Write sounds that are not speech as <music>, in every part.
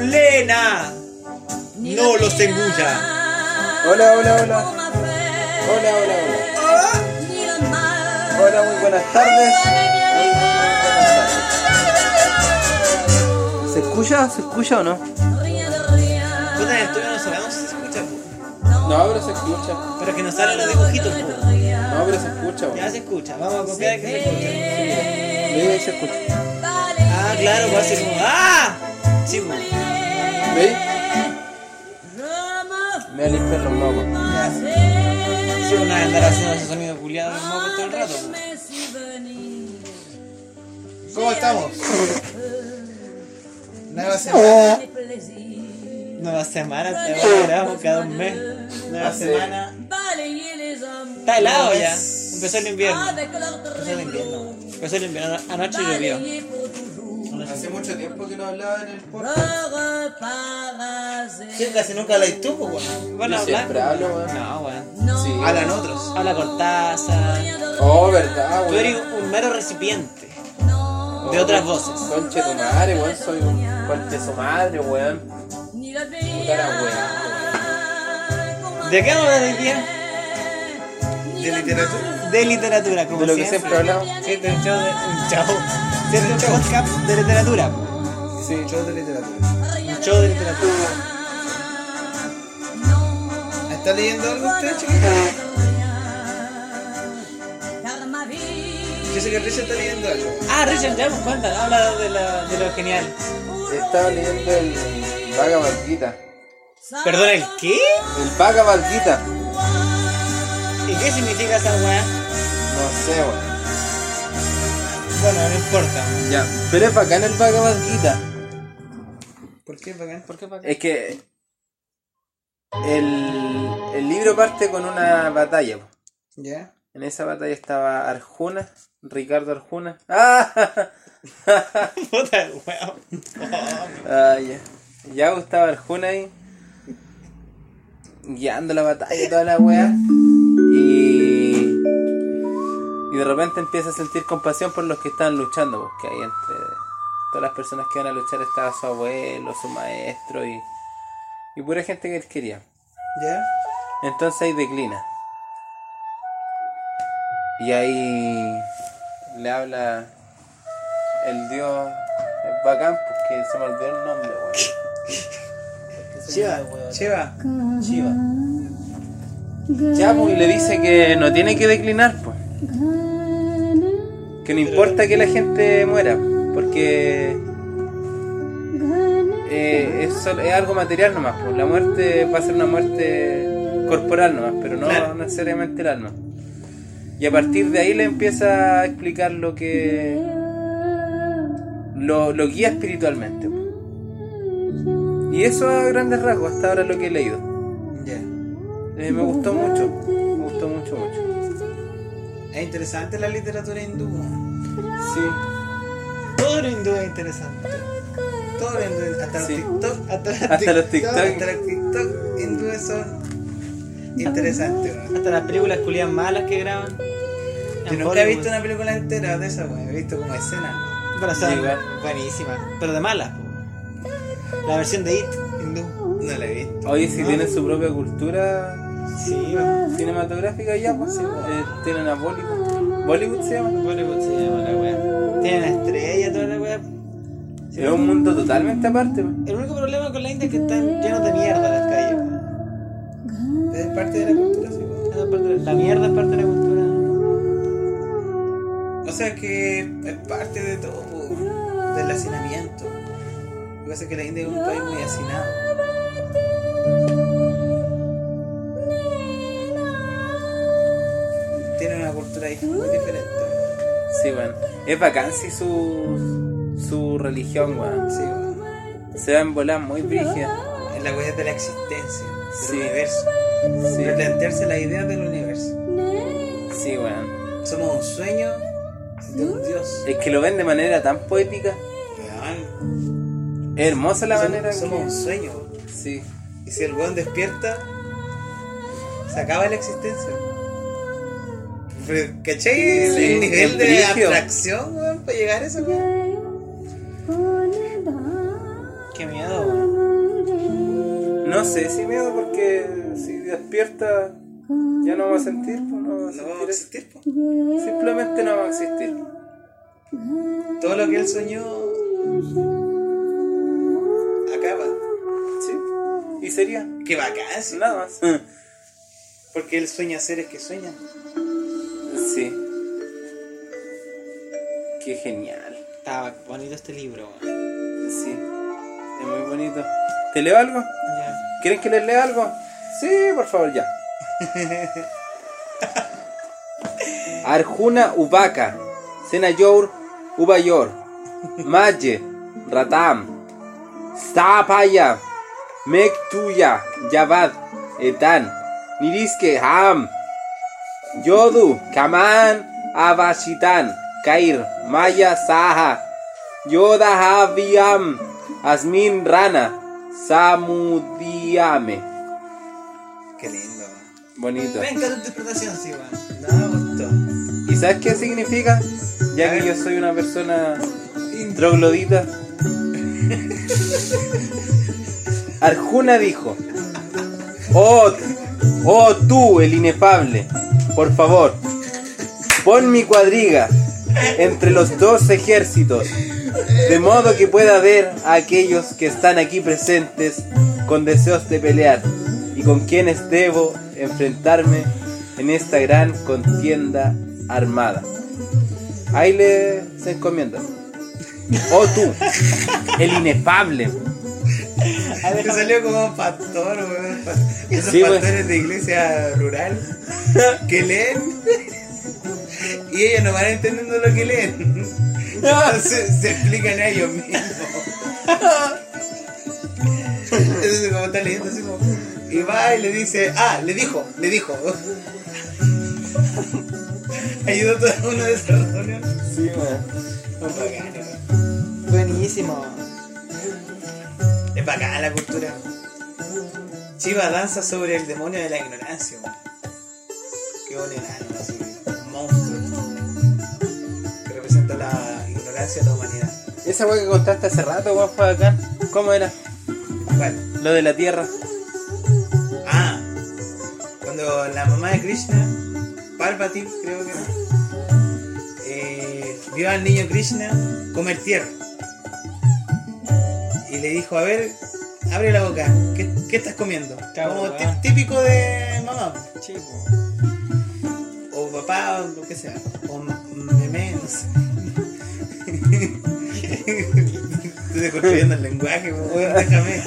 arena no los engulla. Hola, hola, hola. Hola, hola, hola. Hola, muy buenas tardes. Muy, muy buenas tardes. ¿Se escucha? ¿Se escucha o no? Puta, en el estudio no sabemos si se escucha, po. No, pero se escucha. pero que nos salen los dibujitos. po. No, pero se escucha. bo. Ya se escucha, vamos a copiar que se escucha. ¿Veis? Se escucha. Ah, claro, pues así como ¡Ah! Sí, po. ¿Veis? Me limpian los mocos. Sí, una vez andar haciendo ese sonido culiado del moco todo el rato. po. <laughs> ¿Cómo estamos? Nueva semana. Nueva semana, te voy a grabar cada un mes. Nueva Sí. semana. Está helado ya. Empezó el Ah, invierno. Empezó el invierno. Empezó el invierno. Anoche llovió. Hace mucho tiempo que no hablaba en el podcast. Sí, casi nunca la tú, pues, weón. Bueno, Yo siempre habla. hablo, weón. No, weón. Sí. Hablan otros. Habla Cortázar. Ah, Oh, verdad, Tú weón. eres un mero recipiente de otras voces. Conche tu madre, weón. Soy un conche su madre, weón. Puta la weá, ¿De qué vamos a hablar hoy día? De literatura. De literatura, como weón. De lo que siempre. siempre hablamos. Siete, un show de... Un show. Siete, un podcast de literatura. Sí. Yo de literatura. Un show de literatura. ¿Está leyendo algo usted, chiquita? Yo sé que Richard está leyendo algo. Ah, Richard, ya nos cuenta. Habla de, la- de lo genial. Estaba leyendo el Vaga Maldita. ¿Perdón, el qué? El Vaga Maldita. ¿Y qué significa esa weá? No sé, weón. Bueno, no importa. <laughs> Ya. Pero es bacán el Vaga Maldita. ¿Por qué? bacán? ¿Por qué para Es que el, el libro parte con una batalla. po. ¿Ya? En esa batalla estaba Arjuna, Ricardo Arjuna. <laughs> ¡Ah! Puta el weón. Ah, ya. Ya pues, estaba Arjuna ahí. Guiando la batalla y toda la weá. Y. Y de repente empieza a sentir compasión por los que están luchando, porque hay entre todas las personas que van a luchar estaba su abuelo, su maestro y. Y pura gente que él quería. ¿Ya? Entonces ahí declina. Y ahí le habla el dios es bacán, porque se me olvidó el nombre, weón. Chiva, Chiva. Chiva. Ya, pues, y le dice que no tiene que declinar, pues. Que no importa que la gente muera, porque eh, es, solo- es algo material nomás, pues. La muerte va a ser una muerte corporal nomás, pero no Claro. necesariamente el alma. Y a partir de ahí le empieza a explicar lo que lo, lo guía espiritualmente. pues. Y eso a grandes rasgos, hasta ahora es lo que he leído. Ya. Eh, me gustó mucho, me gustó mucho, mucho. Es interesante la literatura hindú. weón. Sí, Todo lo hindú es interesante. Todo lo hindú, hasta Sí. los TikTok. Hasta los Hasta los TikTok. Hasta los TikTok hindúes son interesantes. weón. Hasta las películas culiadas malas que graban. Yo nunca he visto una película entera de esa, weón. He visto como escena. Pero son Sí, igual. buenísima. Pero de malas. po. La versión de It, hindú. No la he visto. oye, si tienen su propia cultura Sí, po. cinematográfica ya, pues sí, eh, tienen a Bollywood. Bollywood se llama. Bollywood se llama la wea. Tienen estrella, toda la wea. Es un mundo totalmente aparte. pues. El único problema con la India es que están llenos de mierda las calles. po. Es parte de la cultura, sí, weón. Esa parte de- La mierda es parte de la cultura. O sea que es parte de todo, po, del hacinamiento. Lo que pasa es que la India es un país muy hacinado. Tiene una cultura dif- muy diferente. Sí, bueno. Es bacán si su, su religión, weón. Sí, bueno. Se va en volar muy brígida. Es la huella de la existencia, del Sí. universo. Sí, Replantearse la idea del universo. sí, weón. Somos un sueño de un Dios. Es que lo ven de manera tan poética. Weón, Es hermosa la somos- manera en Somos un que... sueño. po. Sí. Y si el weón despierta, se acaba la existencia. Pero, ¿cachai? El Sí, nivel es de brígido. abstracción, weón, para llegar a eso, weón. Qué miedo, weón. No sé si miedo, porque si despierta ya no va a sentir, pues no va a No va a sentir eso. existir, pues. po. Simplemente no va a existir. Todo lo que él soñó acaba. ¿sí? Y sería Qué bacán, sí. nada más. Mm. Porque él sueña seres que sueñan. Sí. Qué genial. Está bonito este libro, weón. Sí. Es muy bonito. ¿Te leo algo? Ya. ¿Quieren que les lea algo? Sí, por favor, ya. Arjuna Ubaka, Senayor Ubayor, Maye, Ratam, Sapaya, Mektuya, Yavad, Etan, Niriske, Ham, Yodu, Kaman, Abashitan, Kair, Maya, Saha, Yoda Javiam, Asmin Rana, Samudiame. Qué lindo. Bonito. Me encanta tu interpretación, sí, weón. Nada, gusto. ¿Y sabes qué significa? Ya que yo soy una persona troglodita. Arjuna dijo, oh, oh tú, el inefable, por favor, pon mi cuadriga entre los dos ejércitos, de modo que pueda ver a aquellos que están aquí presentes con deseos de pelear y con quienes debo enfrentarme en esta gran contienda armada. Ahí le se encomienda. Oh tú, el inefable. Te salió como un pastor, weón. Esos Sí, pastores de iglesia rural que leen y ellos no van entendiendo lo que leen. Entonces se explican a ellos mismos. Entonces como está leyendo así como. Y va y le dice, ah, le dijo, le dijo. Ayudó a todo uno de esos reuniones. Sí, man. Es bacán, weón. Buenísimo. Es bacán la cultura. Chiva danza sobre el demonio de la ignorancia. weón. Que es un enano, así, un monstruo. Que representa la ignorancia de la humanidad. Esa weá que contaste hace rato, weón, fue acá. ¿Cómo era? Bueno, Lo de la tierra. ah, cuando la mamá de Krishna, Parvati, creo que era, eh, vio al niño Krishna comer tierra. Y le dijo, a ver, abre la boca, ¿qué, qué estás comiendo? Cabrón, Como tí- weón. típico de mamá. Chico. o papá, o lo que sea, o meme, no sé. <laughs> Estoy desconstruyendo el lenguaje, po, weón, déjame.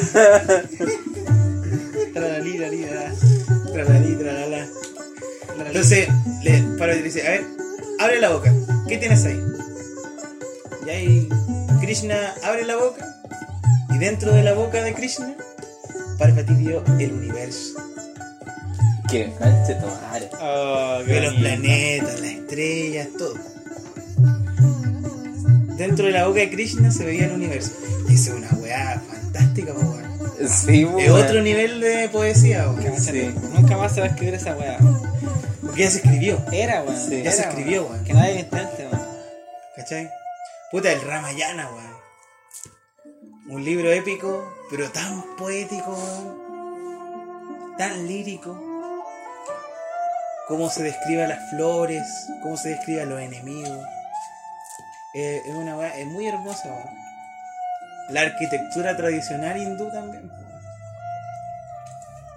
Tralalí, lalí, lalá. Tralalí, tralala. Entonces, le paro y le dice, a ver, abre la boca, ¿qué tienes ahí? Y ahí Krishna abre la boca, y dentro de la boca de Krishna, Parvati vio el universo. Que canche tu madre. Oh, Vio qué los bonito. planetas, las estrellas, todo. Dentro de la boca de Krishna se veía el universo. Esa es una weá fantástica, po, weón. Sí, weón. Es otro nivel de poesía, weón. Cállate, Sí. Nunca más se va a escribir esa weá. weón. Porque ya se escribió, Era, weón. Sí. Era, Ya se escribió, weón. Que nadie intente, weón. ¿cachai? Puta, el Ramayana, weón. Un libro épico, pero tan poético, weón. Tan lírico. Cómo se describe a las flores, cómo se describe a los enemigos. Eh, es una weá- es muy hermosa, weón. La arquitectura tradicional hindú también, po, weón.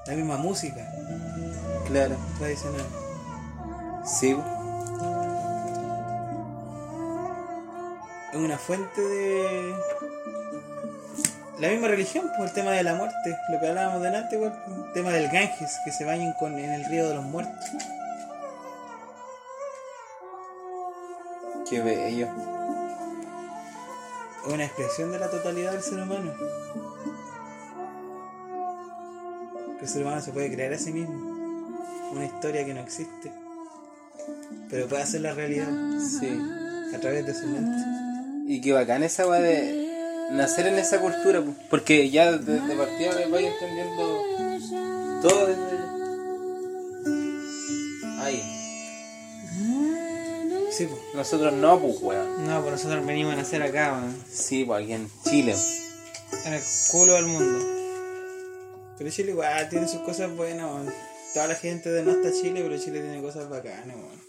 La misma música Claro. tradicional. Sí, weón. es una fuente de la misma religión por el tema de la muerte lo que hablábamos delante igual el tema del Ganges que se bañen con en el río de los muertos Qué bello. es una expresión de la totalidad del ser humano que el ser humano se puede crear a sí mismo una historia que no existe pero puede hacerla realidad Sí. a través de su mente Y qué bacán esa weá de nacer en esa cultura, po. porque ya desde partida me voy entendiendo todo desde Ay, sí po. nosotros no, pues weón. No, pues nosotros venimos a nacer acá, weón. Sí, pues aquí en Chile. En el culo del mundo. Pero Chile igual tiene sus cosas buenas, weón. Toda la gente de no está Chile, pero Chile tiene cosas bacanas, weón.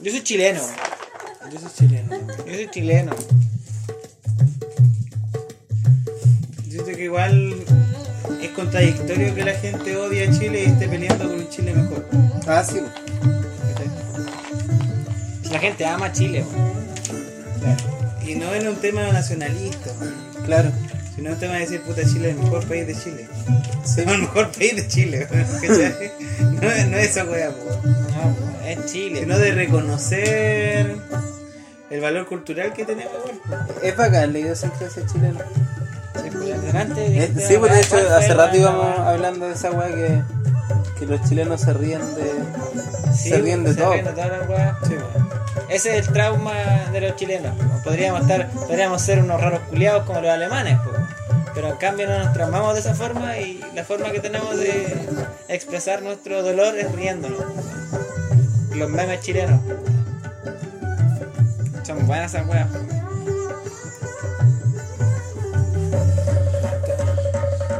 Yo soy chileno. Yo soy chileno. weón. Yo soy chileno. Yo siento que igual es contradictorio que la gente odie a Chile y esté peleando con un Chile mejor. Ah, sí. ¿cachai? La gente ama Chile, weón. Y no en un tema nacionalista, weón. Claro. sino un tema de decir, puta, Chile es el mejor país de Chile. Sí. No, el mejor país de Chile, <laughs> weón, ¿cachai? No, es- no es esa weá, weón. No, weón, es Chile. sino de reconocer el valor cultural que tenemos. weón. Es bacán la idiosincrasia chilena. Sí, pues, adelante, Eh, dijiste, Sí, por weón, de hecho, ¿cuál fue hace la rato banda íbamos más- hablando de esa weá que, que los chilenos se ríen de. Sí, pues, se ríen de se todo. pues. ríen de todas las weas. Ese es el trauma de los chilenos. po. Podríamos estar, podríamos ser unos raros culiados como los alemanes, po. pero en cambio no nos traumamos de esa forma y la forma que tenemos de expresar nuestro dolor es riéndonos. Los memes chilenos. Son buenas esas weas. po.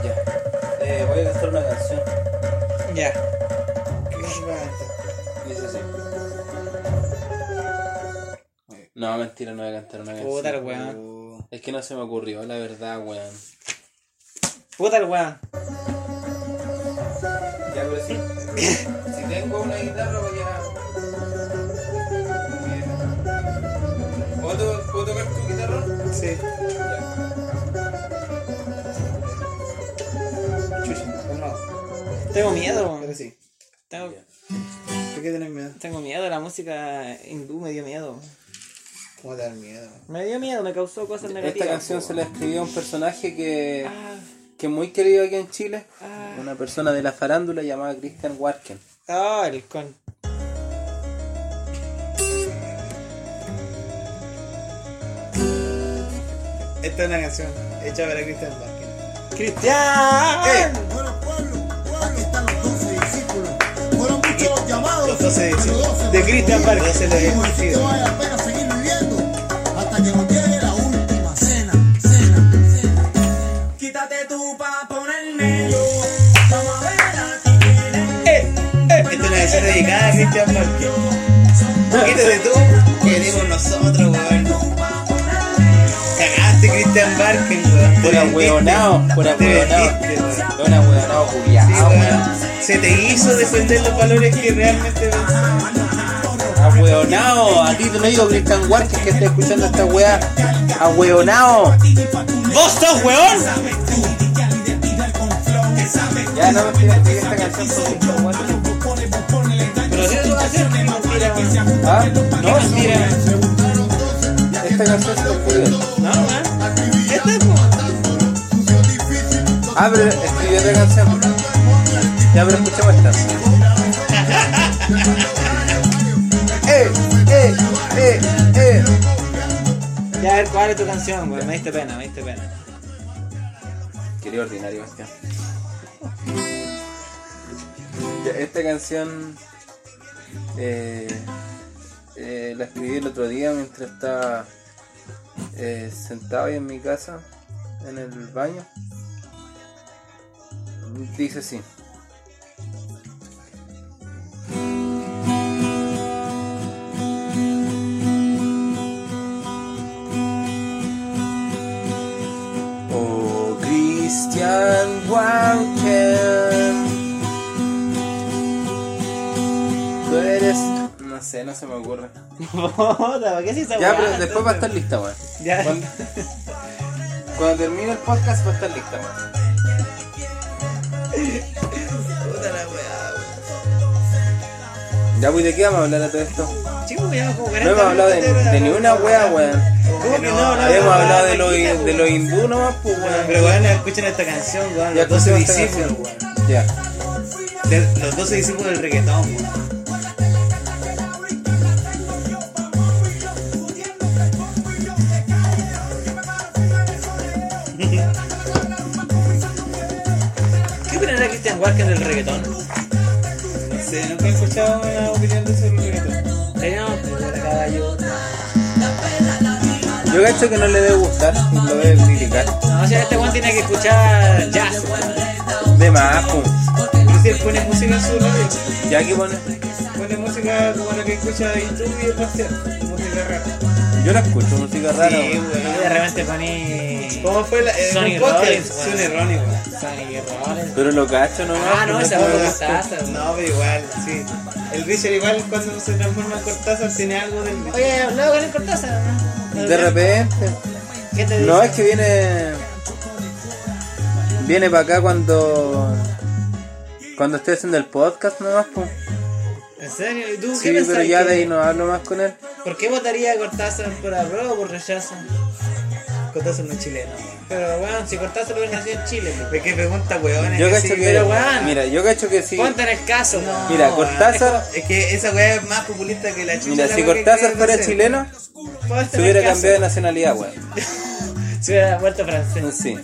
Ya. Eh, voy a cantar una canción. Ya. Dice así. No, mentira, no voy a cantar una canción. Puta el weón. Es que no se me ocurrió, la verdad, weón. Puta el weón. Ya, pero sí. si tengo una guitarra, voy a. ¿Puedo, ¿Puedo tocar tu guitarra? Sí. Ya. Chucha, calmado. Tengo miedo, Pues Ahora weón. sí. Tengo, ¿Por qué tenés miedo? tengo miedo, la música hindú me dio miedo. ¿Cómo te da miedo? Me dio miedo, me causó cosas negativas. Esta canción po. se la escribió a un personaje que, Ah. que es muy querido aquí en Chile. Ah. Una persona de la farándula llamada Christian Warken. Ah, el con. Esta es una canción hecha para Cristian Vázquez. ¡Cristian! Eh, Bueno, pueblo, aquí están los 12 discípulos. Fueron muchos los llamados. Los 12 discípulos. De Cristian Vázquez se les Dijimos, conocido. No vale la pena seguir viviendo hasta que nos llegue la última cena, cena, cena. Quítate tú pa' ponerme yo. Vamos a ver a ti quién es. Esta es una canción dedicada a Cristian Vázquez. Quítate tú, que venimos nosotros, weón. Cagaste, Cristian Vázquez, weón. Te Fuera vendiste. huevonao, fuera Te huevonao. vendiste, weón. Sí, Fuera huevonao, juliado, weón. weón. Se te hizo defender los valores que realmente pensabas. Ahueonao, a ti te lo digo Cristian Walker que está escuchando esta weá. Ahueonao. ¡Vos sos weón! Ya no me pidas que esta canción por Cristian Walker. Pero si eso va a ser mentira, weón. Ah, No, no, sí, mentira. esta canción se la escribió. No, weón. Este es weón. Ah, pero escribió otra canción. Ya, pero escuchemos esta. <laughs> eh, eh, eh, eh. Ya, a ver, ¿cuál es tu canción, weón? Me diste pena, me diste pena. <laughs> Querido ordinario, Bastián. Ya, Esta canción eh, eh, la escribí el otro día mientras estaba eh, sentado ahí en mi casa, en el baño. Dice así. Oh, Christian Walken. Tú eres. No sé, no se me ocurre. Puta, ¿por qué se esa Ya, pero weón? después va a estar lista, weón. Ya. Cuando, cuando termine el podcast va a estar lista, weón. Puta la weá, weón. Ya, pues, ¿de qué vamos a hablar a todo esto? Chico, ya, como No hemos hablado de, de ni una wea, weón. ¿Cómo que no? No, Habíamos no, hablado de no, lo, tranquila, de lo hindú nomás, pues, Bueno, weón. pero weón, escuchen esta canción, weón. Ya, Los 12 escuchemos esta discípulos, canción. Ya. weón. De- Los 12 discípulos del reggaetón, weón. ¿Qué opinará Christian Walker del reggaetón? No sé, nunca he escuchado una opinión de sobre el reggaetón. Tenemos la caballota. La pena, la vida, Yo cacho que no le debe gustar, lo debe criticar. No, o sea, este weón tiene que escuchar jazz, weón. De más, pum. Pero si él pone música en su radio, Ya que pone. pone música como la que escucha de YouTube y el paseo, música rara. Yo no escucho música rara. Sí, weón. Y de repente poní. ¿Cómo fue la, el Sonny podcast? Rollins, weón. Sonny Rollins, weón. Sonny Rollins. Pero lo cacho nomás. Ah, no, pues esa puedo- weón Cortázar, weón. No, pero igual, sí. El Richard igual cuando se transforma en Cortázar tiene algo del Richard. Oye, hablado con el Cortázar, ¿no? De repente. ¿Qué te dice? No, es que viene. Viene para acá cuando. Cuando estoy haciendo el podcast nomás, pues. ¿En serio? ¿Y tú Sí, qué pensás? pero ya que- de ahí no hablo más con él. ¿Por qué votaría a Cortázar por apruebo o por rechazo? Cortázar no es chileno, weón. Pero weón, si Cortázar hubiera nacido en Chile, pues. weón. ¿De qué pregunta, weón? Yo que cacho sí, que. pero weón. Mira, yo cacho que sí. Ponte en el caso, pues. weón. Mira, No, Cortázar. Es que esa weá es más populista que la chucha. Mira, la si weá que Cortázar quieren fuera hacer. chileno, Ponte se en hubiera el caso. cambiado de nacionalidad, weón. Se hubiera vuelto francés. Sí.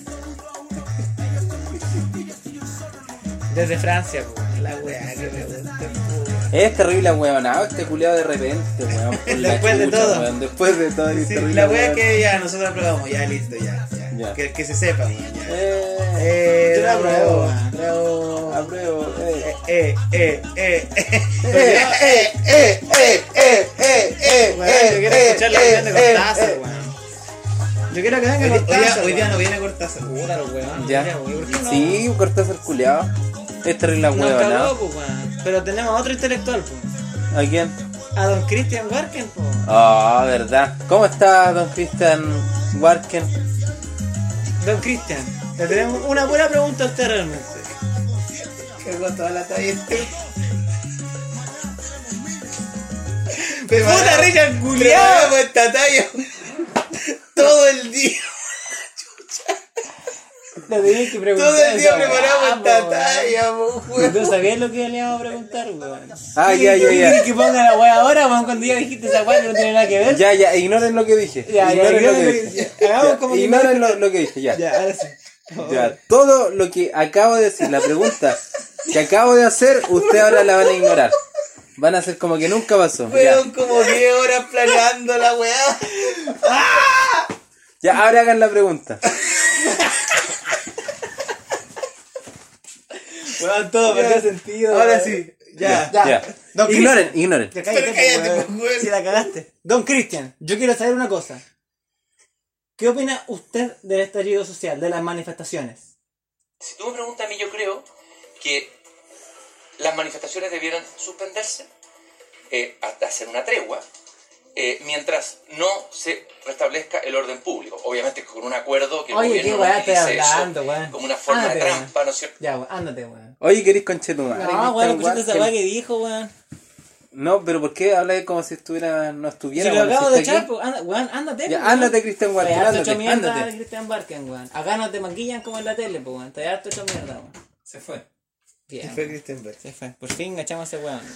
Desde Francia, pues. weón. La weá que pregunta, weón. Es terrible, weón. este culiado de repente, weón. por la Después de chucha, todo. weón. Después de todo. es Sí, terrible, la weá weón. que ya nosotros aprobamos, ya listo, ya. ya. Ya. Que, que se sepa, weón. ya. Eh, Eh, Yo la apruebo, weón. apruebo, eh. Eh, eh, eh, eh. Eh, eh, eh, eh, eh, eh, eh, Weón, yo quiero eh, escuchar la eh, canción de eh, Cortázar, eh. weón. Yo quiero que venga Hoy, hoy día, Cortázar. hoy día weón. no viene Cortázar. weón. Puta, los weones, mira, Ya. weón, ¿por qué no? Sí, Cortázar culiado. Es terrible la Nos weón, cagó, pues, weón. Pero tenemos a otro intelectual, pues. ¿A quién? A don Christian Warken, pues. Ah, verdad. ¿Cómo está don Christian Warken? Don Christian, le tenemos una buena pregunta a usted realmente. Cagó toda la talla. ¡Puta Richard Culeado culiao! con esta talla <laughs> todo el día. Le tenía que preguntar. Todo el día esa preparamos weá, esta po, talla, po, weón. weón. ¿Tú sabías lo que le íbamos a preguntar, weón? Ah, ya, ya, ya. que ponga la weá ahora, weón, cuando ya dijiste esa weá que no tiene nada que ver. Ya, ya, ignoren lo que dije. Ya, ya, Ignoren lo que ignoren lo dije. que- hagamos Ya, como que Ignoren lo lo que dije, ya. Ya, ahora sí. Ya, todo lo que acabo de decir, la pregunta que acabo de hacer, ustedes ahora la van a ignorar. Van a hacer como que nunca pasó. Ya, Fueron como 10 horas planeando la weá. Ya, ahora hagan la pregunta. Weón, todo perdió sentido. Ahora weón. sí, ya. Ya. Don Ignoren, ignoren. Ya Pero cállate, weón. pues, weón. Si la cagaste. Don Christian, yo quiero saber una cosa. ¿Qué opina usted del estallido social, de las manifestaciones? Si tú me preguntas a mí, yo creo que las manifestaciones debieran suspenderse eh, hasta hacer una tregua eh, mientras no se restablezca el orden público. Obviamente con un acuerdo que el Oye, qué gobierno no weá estoy utilice eso hablando, weón. Ah, como una forma Ándate, de weón. trampa, ¿no es cierto? Ya, weón, ándate, weón. Oye, queréis conchetumar. No, Ah, weón, escuchaste esa weá que dijo, weón. No, pero ¿por qué habláis como si estuviera, no Si estuviera? lo bueno, acabo si de está echar, aquí? pues, anda- weón, ándate. Ya, pues, weón. ándate, Christian Warken, Estoy harto ah. ándate, hecho mierda ándate. de Christian Barken, weón. Acá no te maquillan como en la tele, pues, weón. Estoy harto hecho mierda, weón. Se fue. Bien. Fue Christian Bale. Se fue. Por fin cachamos a ese weón. <laughs>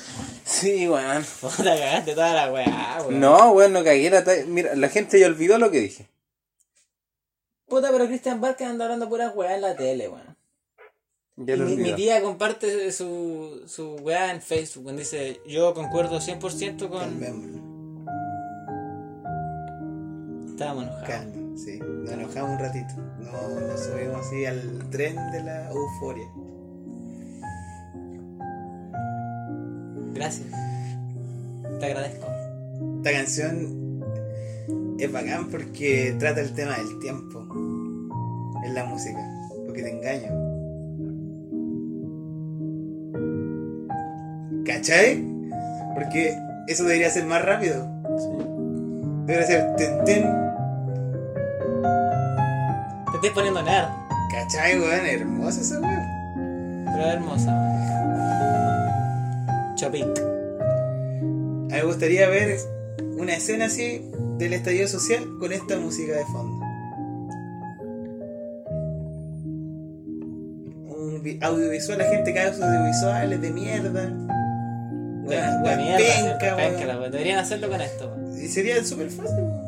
Sí, weón. Puta, cagaste toda la weá, weón. No, weón, no cagué la talla. Mira, la gente ya olvidó lo que dije. Puta, pero Christian Barken anda hablando puras weá en la tele, weón. Ya lo Mi, mi olvidó. tía comparte su, su weá en Facebook, weón. Dice, yo concuerdo 100% con... Calmémonos, Estábamos Ah. enojados. calma, sí. Nos enojamos un ratito. No, nos subimos así al tren de la euforia. Gracias. Te agradezco. Esta canción es bacán porque trata el tema del tiempo en la música, porque te engaño. ¿Cachai? Porque eso debería ser más rápido. Debería ser ten, ten. Te estoy poniendo nerd. ¿Cachai, weón? Hermosa esa weón. Pero es hermosa. Chopic. Ah, A mí me gustaría ver una escena así del estallido social con esta música de fondo. Un vi- audiovisual, la gente que hace audiovisuales de mierda. De, de Weón, weón, mierda, penca, penca, penca, la weón. wea. Deberían hacerlo con esto. wea. Y sería súper fácil, weón.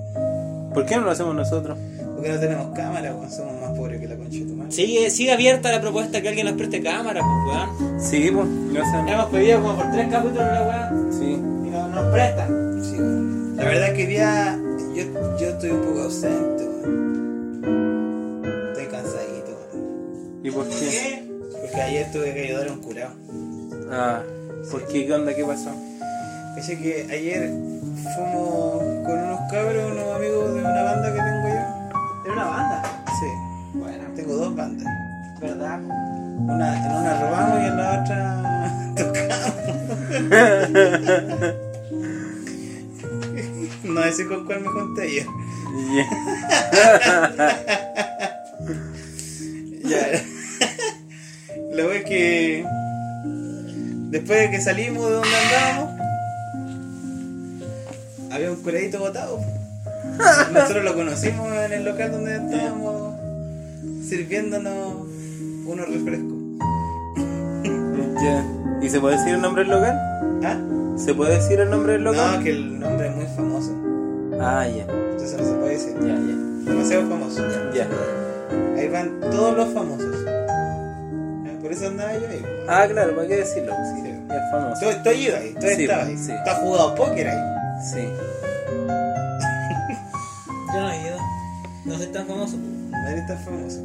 ¿Por qué no lo hacemos nosotros? Porque no tenemos cámara, weón. Somos más pobres que la concha de tu madre. Sigue, sigue abierta la propuesta que alguien nos preste cámara, pues, weón. Sí, pues, no hacemos. Hemos pedido como por tres capítulos la weá Sí. y no nos prestan. Sí, weón. La verdad quería. Yo yo, yo estoy un poco ausente, weón. Estoy cansadito, weón. ¿Y por qué? Porque ayer tuve que ayudar a un curado. Ah, ¿por qué? ¿Qué onda? ¿Qué pasó? Caché que ayer fuimos con unos cabros, unos amigos de una banda que tengo yo. ¿De una banda? Sí, Bueno, tengo dos bandas. ¿verdad? Una, en una robamos y en la otra <laughs> tocamos. <laughs> no sé con cuál me junté yo. Ya. Ya. <laughs> La wea es que. Después de que salimos de donde andábamos, había un curadito botado. <laughs> Nosotros lo conocimos en el local donde estábamos sirviéndonos unos refrescos. Ya. ¿Y se puede decir el nombre del local? ¿Ah? ¿Se puede decir el nombre del No, local? que el nombre es muy famoso. Ah, ya. Entonces no se puede decir. Ya, ya. Demasiado famoso. Ya. Ahí van todos los famosos. Ah, Por eso andaba yo ahí. po. Ah, claro, ¿para qué decirlo? Sí, Sí. ya es famoso. Tú, tú has ido ahí, tú Sí, has pues, estado ahí. sí. Tú has jugado póker ahí. Sí. Yo no he ido. No soy tan famoso. No eres tan famoso.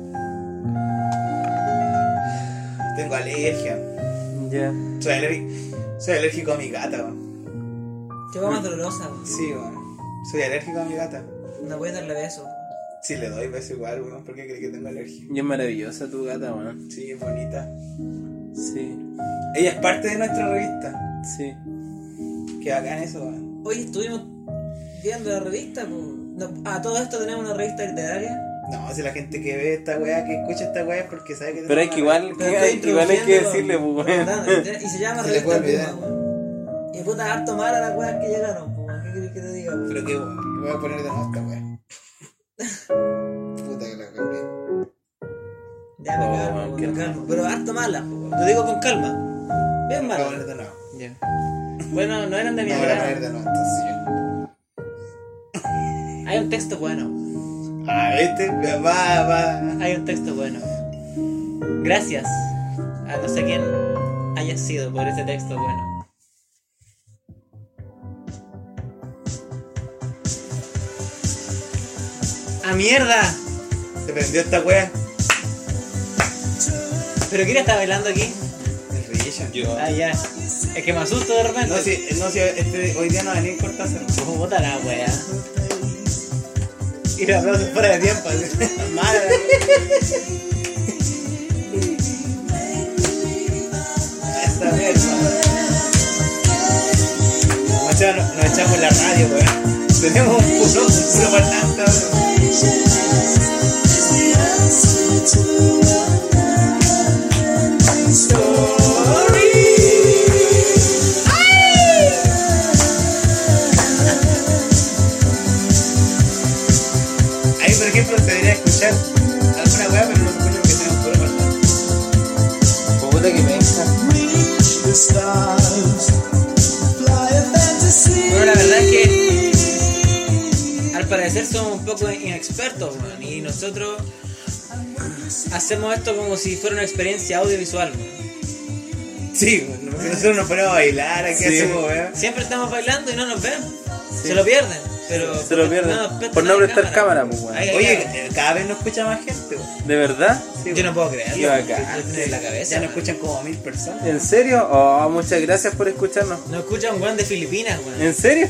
Tengo alergia. Ya. Soy alérgico, soy alérgico a mi gata. weón. Qué va más dolorosa, weón. Sí, weón. Soy alérgico a mi gata. No puedes darle beso. Sí, le doy beso igual, weón. ¿Por qué crees que tengo alergia? Y es maravillosa tu gata, weón. Sí, es bonita. Sí. Ella es parte de nuestra revista. Sí. Qué bacán eso, weón. Hoy estuvimos viendo la revista, po. No, a todo esto tenemos una revista literaria. No, si la gente que ve esta weá, que escucha esta weá es porque sabe que... Pero hay tengo que una igual, Pero que- estoy <laughs> igual hay que introduciendo- decirle, pues, Verdad, weón. y se llama Se le puede revista olvidar. Puma, weón. Y puta harto mala las weas que llegaron, po. ¿Qué querés que te diga, po? Pero qué bueno, voy a poner de nuevo esta weá. <laughs> Puta que la cambié. Ya, me Oh, calmo, me weón, qué- calmo. Pero harto mala, po. Lo digo con calma. Bien Voy a mala. poner de nuevo. Ya. Bueno, no eran de mi No voy a poner agrado. de nuevo entonces. Hay un texto bueno. Ah, viste, va, va. Hay un texto bueno. Gracias a no sé quién haya sido por ese texto bueno. ¡A ¡Ah, mierda! Se prendió esta weá. ¿Pero quién está bailando aquí? El Revision. Ah, ya. Es que me asusto de repente. No, si, no, si este, hoy día no venía en Cortázar. ¿Cómo bota la wea? Y los aplausos fuera <laughs> de tiempo. así. Madre. Esta mierda. Machado, no- nos echamos la radio, weón. Tenemos un puro, un puro parlante, weón. Ahí, por ejemplo, se debería escuchar alguna weá, pero no se escucha porque tenemos puro parlante. Puta que me deja. Bueno, la verdad es que al parecer somos un poco inexpertos, weón, y nosotros hacemos esto como si fuera una experiencia audiovisual. weón. Sí, weón, porque nosotros nos ponemos a bailar, aquí Sí. hacemos, weón. Siempre estamos bailando y no nos ven, se lo pierden, pero Se lo pierden. nos prestan Por no la prestar cámara, pues, weón. Ay, ay, Oye, ay. eh, cada vez nos escucha más gente, weón. ¿De verdad? yo no puedo creerlo. Qué bacán. Estoy en la cabeza. Ya nos weón. escuchan como mil personas. ¿En serio? Oh, muchas gracias por escucharnos. Nos escucha un weón de Filipinas, weón. ¿En serio?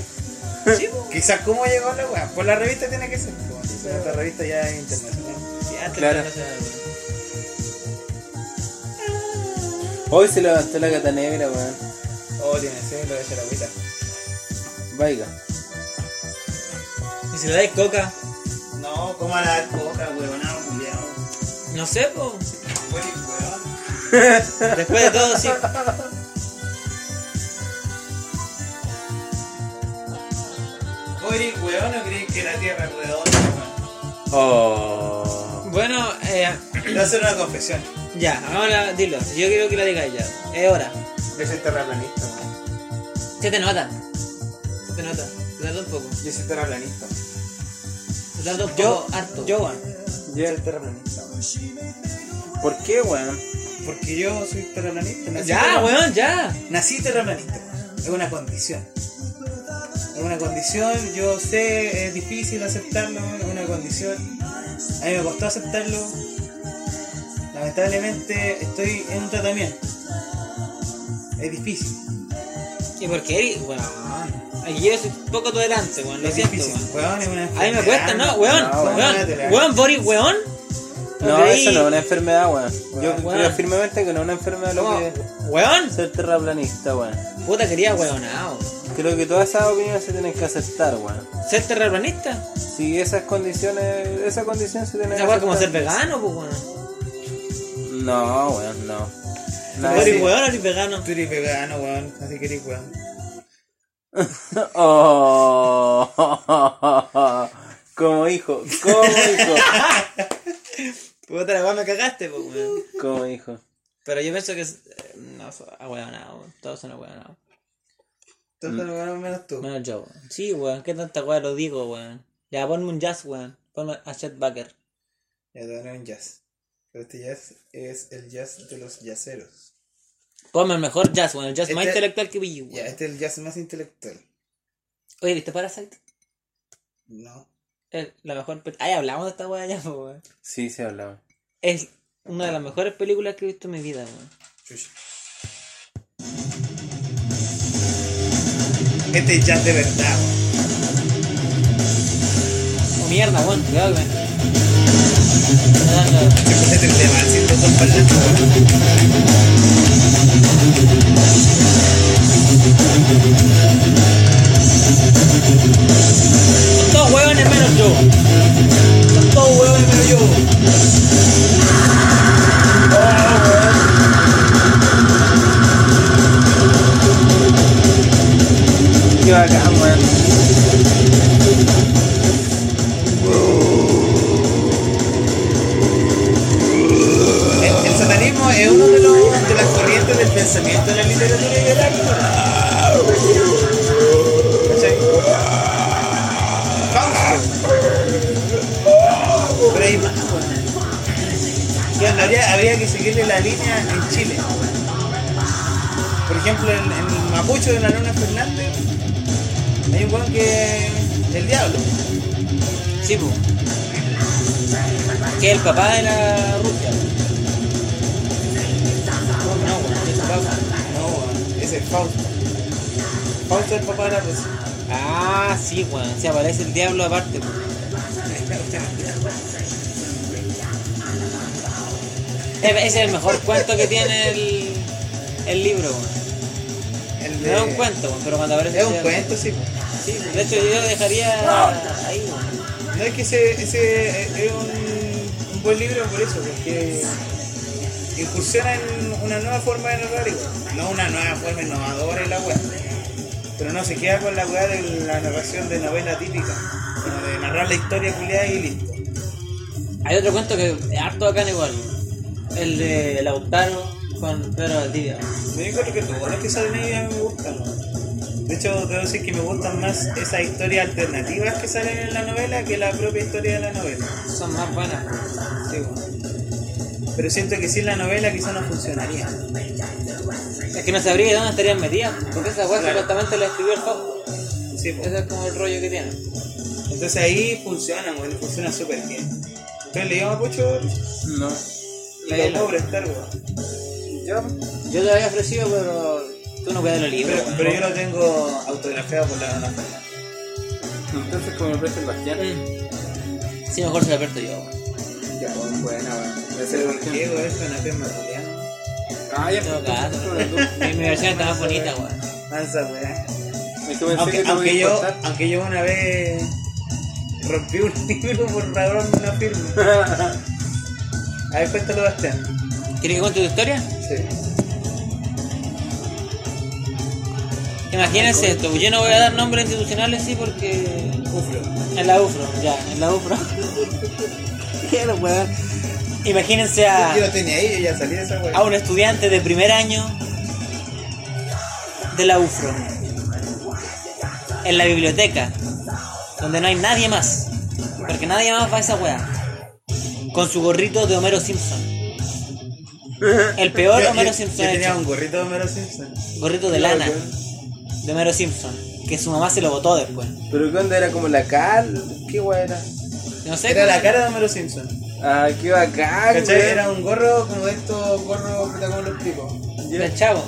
Sí, weón. Quizás cómo llegó la weá. Pues la revista tiene que ser. po. Esta revista ya es internacional. Sí, antes Claro. no se da, weón. Hoy se levantó la gata negra, weón. Oh, tiene sed, lo voy a echar agüita. Vaya. Y si le dais coca, No, coma la coca, huevonado, culiao. no sé, po. Buen huevón. Después de todo, <laughs> sí. ¿Vos eres huevón o crees que la tierra es redonda, weón? Oh. Bueno, eh. Te voy a hacer una confesión. Ya, ahora dilo. Yo quiero que la digas ya. Es hora. Yo soy terraplanista, weón. Se te nota. Se te nota. Se tarda un poco. Yo soy terraplanista. Se tarda un poco. Yo, harto. Yo, weón. Yo Ya. soy terraplanista, weón. ¿Por qué, weón? Porque yo soy terraplanista. nací Ya, terra- weón, ya. Nací terraplanista, weón. Es una condición. Es una condición, yo sé, es difícil aceptarlo, es una condición. A mí me costó aceptarlo. Lamentablemente estoy en un tratamiento. Es difícil. ¿Y por qué? Eric? Weón. Aquí yo soy poco tolerante, weón. Lo Es siento, difícil. weón. Weón, es una A mí me enfermedad, cuesta, no, weón. No, weón, Weón, dátela. weón, Boris, weón. No, Ok. eso no es una enfermedad, weón. Yo Weón. creo firmemente que no es una enfermedad lo ¿Cómo? que es Weón. ser terraplanista, weón. Puta, quería weonado. Creo que todas esas opiniones se tienen que aceptar, weón. ¿Ser terraplanista? Si esas condiciones, esa condición se tiene que Esa weón aceptar. como ser vegano, pues weón. No, weón, no. Nada Boris, así. weón, eres vegano. Tú eres vegano, weón. Así que eres weón. Oh, <laughs> como hijo, como hijo, Puta, la weón me cagaste, pues weón. como hijo. Pero yo pienso que. es- eh, No, ahueonado, todos son ahueonados. Todos Mm. los veganos menos tú. Menos yo, weón. Sí, weón, qué tanta weón lo digo, weón. Ya, ponme un jazz, weón. Ponme a Chet Baker. Ya te doné un jazz. Pero este jazz es el jazz de los yaceros. Ponme el mejor jazz, weón. El jazz más Este- intelectual que vi, Ya, weón. este es el jazz más intelectual. Oye, ¿viste Parasite? No. Es la mejor. pe- Ay, hablamos de esta weón ya, po, weón. Sí, se hablaba. Es una de las mejores películas que he visto en mi vida, weón. Chucha. Este es jazz de verdad, weón. Oh, mierda, weón, cuidado, weón. Cuidado, weón. Se puede tener de mal sin dos parlantes, weón. Son todos huevones menos yo. Son todos huevones menos yo. Qué bacán, weón. El, el satanismo es uno de, los, de las corrientes del pensamiento en la literatura y del arte. ¿Cachai? Fausto. Pero hay más, weón. Que habría, habría que seguirle la línea en Chile. Por ejemplo, en, en Mapucho de la Luna Fernández hay un weón que es el diablo. Sí, po. Que es el papá de la Rusia. No, weón, es papá. No, weón, ese es Fausto. Fausto es el papá de la Rusia. Ah, sí, weón. Se aparece el diablo aparte, po. E, Ese es el mejor cuento que tiene el, el libro, weón. El No es un de- cuento, weón, pero cuando aparece Es el un diablo- cuento, sí. po. Sí, de hecho yo dejaría ahí, weón. No es que ese, ese eh, es un, un buen libro por eso, porque incursiona en una nueva forma de narrar, igual. no una nueva forma innovadora en la web, pero no se queda con la weá de la narración de novela típica, sino de narrar la historia culiada y listo. Hay otro cuento que es harto bacán igual. El de Lautaro con Pedro Valdivia. Me digo que todos los que salen ahí a mí me gustan. De hecho, debo decir que me gustan más esas historias alternativas que salen en la novela que la propia historia de la novela. Son más buenas. Sí, Pero siento que sin la novela quizá no funcionaría. Es que no sabría de dónde estarían metidas. Porque esa weá Claro. supuestamente la escribió el Fausto. Sí, po. Ese es como el rollo que tiene. Entonces ahí funciona, weón, funciona súper bien. Entonces le llamo a Pucho No. y lo puedo prestar, weón. Yo. Yo te lo había ofrecido, pero tú no puedes los libros. Pero, weón. pero yo lo tengo autografiado por la Ana Entonces, como me presta el Bastián. Mm. Sí, mejor se la pierdo yo. weón. Ya, weón, buena, weón. Voy a hacer Pero el ¿por qué, Bastián. weón? Esto no es material. Ah, ya, Tengo pero gato. <laughs> Mi, mi versión está más bonita, weón. Mansa, weón. Es que pensé Aunque, que te aunque voy a yo, importar. aunque yo una vez rompí un <laughs> libro por ladrón de una firma. A ver, cuéntalo, Bastián. ¿Quieres que cuente tu historia? Sí. Imagínense esto, yo no voy a dar nombres institucionales, sí, porque. Ufro. En la UFRO, ya, en la UFRO. <laughs> Qué weón. Imagínense a, Yo lo tenía ahí, yo ya salí de esa weón. a un estudiante de primer año de la UFRO. En la biblioteca, donde no hay nadie más. Porque nadie más va a esa weá. Con su gorrito de Homero <laughs> Simpson. El peor Yo- yo- Homero yo Simpson. hecho. tenía un gorrito de Homero Simpson. Gorrito de lana de Homero Simpson. que su mamá se lo votó después. <laughs> Pero qué onda era como la cal, qué guay era. No sé. Era pues, la cara de Homero Simpson. Ah, qué bacán, ¿Cachai? güey. Era un gorro como de estos gorros que te como los picos. del chavo.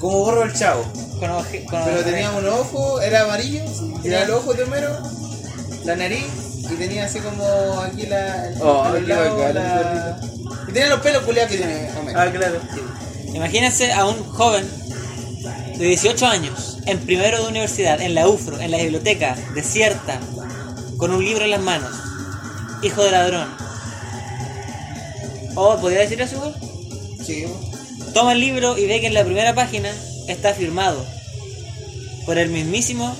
Como gorro del chavo. Con oje- con Pero oje- tenía un ojo, era amarillo, tenía el ojo de Homero, la nariz y tenía así como aquí la. el- Oh, a los qué lados bacán, la- Y tenía los pelos culeados que tiene Homero. Ah, claro. Imagínense a un joven de 18 años, en primero de universidad, en la UFRO, en la biblioteca, desierta, con un libro en las manos, hijo de ladrón. Oh, ¿podría decir eso, güey? Sí. Toma el libro y ve que en la primera página está firmado por el mismísimo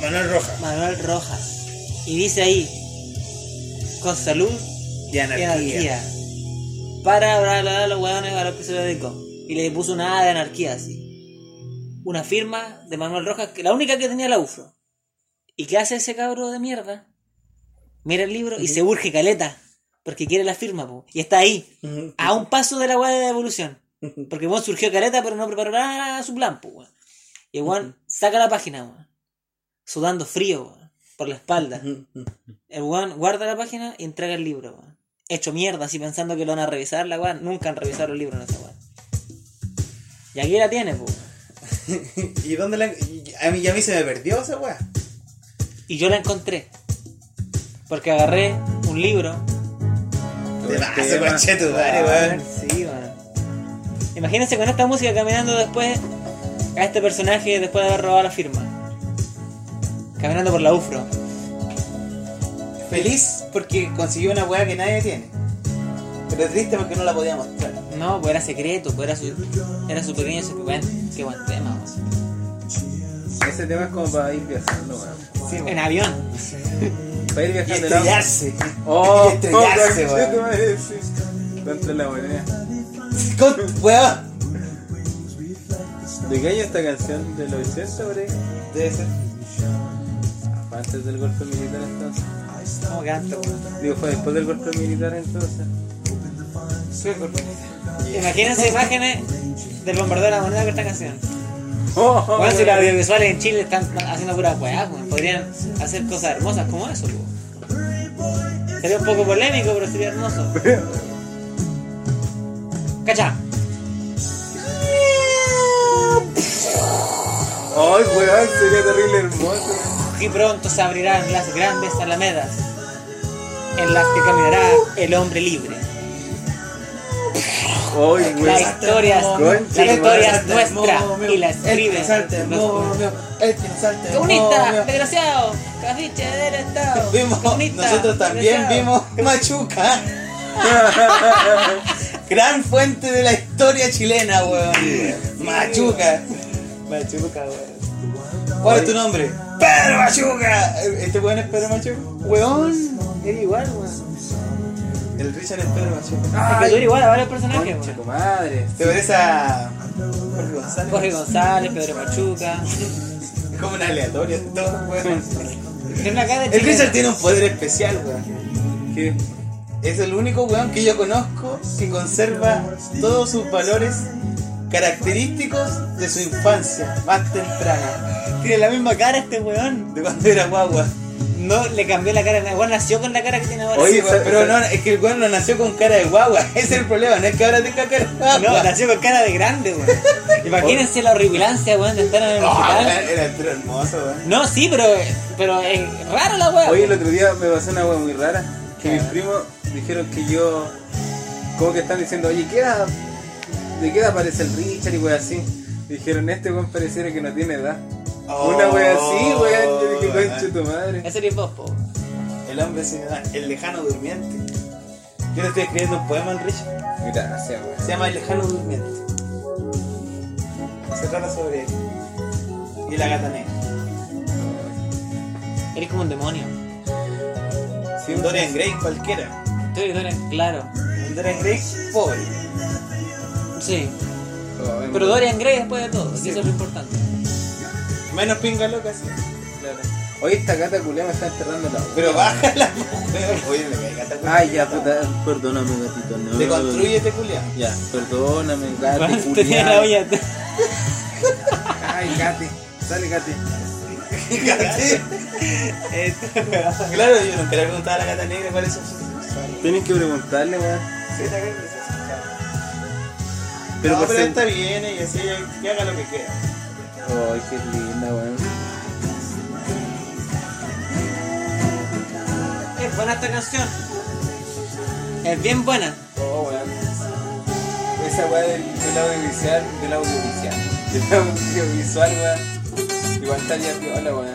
Manuel Roja. Manuel Rojas. Y dice ahí, con salud Y y anarquía. Para bla, bla, bla, los hueones a los que se lo dedicó. Y le puso una A de anarquía así. Una firma de Manuel Rojas, que la única que tenía la UFRO. ¿Y qué hace ese cabro de mierda? Mira el libro y se urge caleta. Porque quiere la firma, po. Y está ahí. A un paso de la hueá de devolución. Porque bueno, surgió caleta, pero no preparó nada a su plan, po, weón. Y Juan saca la página, weón. Sudando frío, weón, Por la espalda. El weón guarda la página y entrega el libro, weón. Hecho mierda, así pensando que lo van a revisar, la weón. Nunca han revisado los libros en esa weón. Y aquí la tienes, weón. ¿Y dónde la.? y A mí, y a mí se me perdió esa weá. Y yo la encontré. Porque agarré un libro. Te Buen vas, Este tema. conche tu Ah, madre, weón. Ah, Sí, weón. Imagínense con esta música caminando después a este personaje después de haber robado la firma. Caminando por la UFRO. Feliz porque consiguió una weá que nadie tiene. Pero triste porque no la podía mostrar. No, pues era secreto, pues era su, era su pequeño secreto. qué buen tema, weón. Ese tema es como para ir viajando, güey. En avión. Para ir Y viajando en auto. estrellarse. Oh, y estrellarse, oh, weón. te voy a decir. Contra la moneda. Con- Weón. ¿De qué año esta canción? ¿De los 80 por ahí? Debe ser. Ah, Antes del golpe militar entonces. No, gato, weón. Digo, fue después del golpe militar entonces. Sube el golpe. pues, Imagínense imágenes del bombardeo de la moneda con esta canción. Oh, oh, Bueno, si los güey. audiovisuales en Chile están haciendo pura weá, weón, podrían hacer cosas hermosas como eso, weón. Sería un poco polémico, pero sería hermoso. Cacha, Ay, weón, sería terrible hermoso. y pronto se abrirán las grandes alamedas en las que caminará el hombre libre. Ay, La <laughs> weón. historia, Concha, la historia es Salta el nuestra momio, y la El que escriben salta el los momio, el que salta el Comunista, momio. desgraciado, cafiche del Estado. <laughs> Vimos- comunista, nosotros también desgraciado. vimos Machuca. Gran fuente de la historia chilena, weón. Machuca. Machuca, weón. ¿Cuál es tu nombre? Pedro Machuca. ¿Este weón es Pedro Machuca? Weón. Era igual, weón. El Richard es Pedro Es Machuca. que tú eres igual a varios personajes, Concha, weón. comadre. Te parece a. Jorge González. Jorge González, Pedro Machuca. Es como un aleatorio todo, weón. Tiene una cara de El Richard chileno. tiene un poder especial, weón. ¿Qué? Es el único weón que yo conozco que conserva todos sus valores característicos de su infancia más temprana, Tiene la misma cara este weón. de cuando era guagua. No le cambió la cara. El weón nació con la cara que tiene ahora. Oye, Sí, weón, esa- pero esa- no, es que el weón no nació con cara de guagua, <laughs> ese es el problema, no es que ahora tenga cara de No, guagua. nació con cara de grande, <laughs> weón. Imagínense la horribilancia, weón, de estar en el Ah, hospital. weón, era entero hermoso, weón. No, sí, pero, pero es raro la weón. Oye, el otro día me pasó una wea muy rara. Que mis primos dijeron que yo. Como que están diciendo, oye, ¿qué edad? ¿De qué edad parece el Richard y wea así? Dijeron, este weón pareciera que no tiene edad. Oh. una wea así, weón. Yo dije, concha tu madre. Ese eres vos, po. El hombre sin edad, el lejano durmiente. Yo le estoy escribiendo un poema al Richard, Gracias, weón. se llama El lejano durmiente. Se trata sobre él y la gata negra. Eres como un demonio. Sí, Un Dorian Gray cualquiera. Tú eres, tú eres, claro. Un Dorian Gray pobre. Sí. weón. Pero Dorian Gray después de todo, sí. eso es lo importante. Menos pinga loca, sí. Claro. Oye, esta gata culea me está enterrando la Pero bájala, weón. Oye, me cae gata. Ay, ya, puta, perdóname, gatito. No. Deconstruyete, <laughs> culiao. Ya, perdóname, gato. <laughs> Tenía la culiao. olla. Ay, gate. Sale, Katy. Esta weá. Claro, yo nunca le preguntaba a la gata negra cuál es su Tienes que preguntarle, weón. Sí, está bien, sí, sí, sí. Pero No, por pero ser- esta viene y así ella que haga lo que quiera. Ay, qué linda, weón. Es buena esta canción. Es bien buena. Oh, weón. Esa weá del, del audiovisual, del audiovisual, del audiovisual, weón. Igual estaría piola, weón.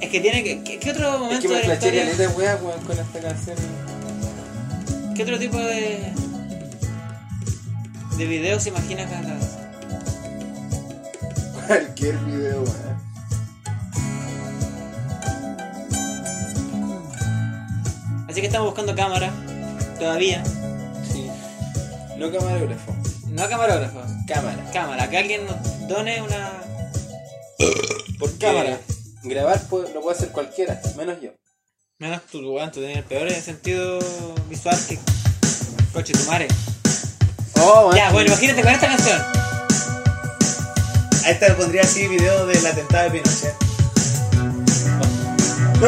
Es que tiene que. ¿Qué, qué otro Es momento que me de la flasheé historia? caleta, weón, weón, con esta canción. ¿Qué otro tipo de. de videos se imagina cada canción? Cualquier video, weón. Así que estamos buscando cámara. Todavía. Sí. No camarógrafo. No camarógrafos. Cámara. Cámara. Que alguien nos done una. Porque Cámara. Grabar puede- lo puede hacer cualquiera, menos yo. Menos tu lugar, tú tenías el peor sentido visual que. Coche tu madre. Oh, Ya, bueno, imagínate con esta canción. A esta le pondría así video del atentado de Pinochet.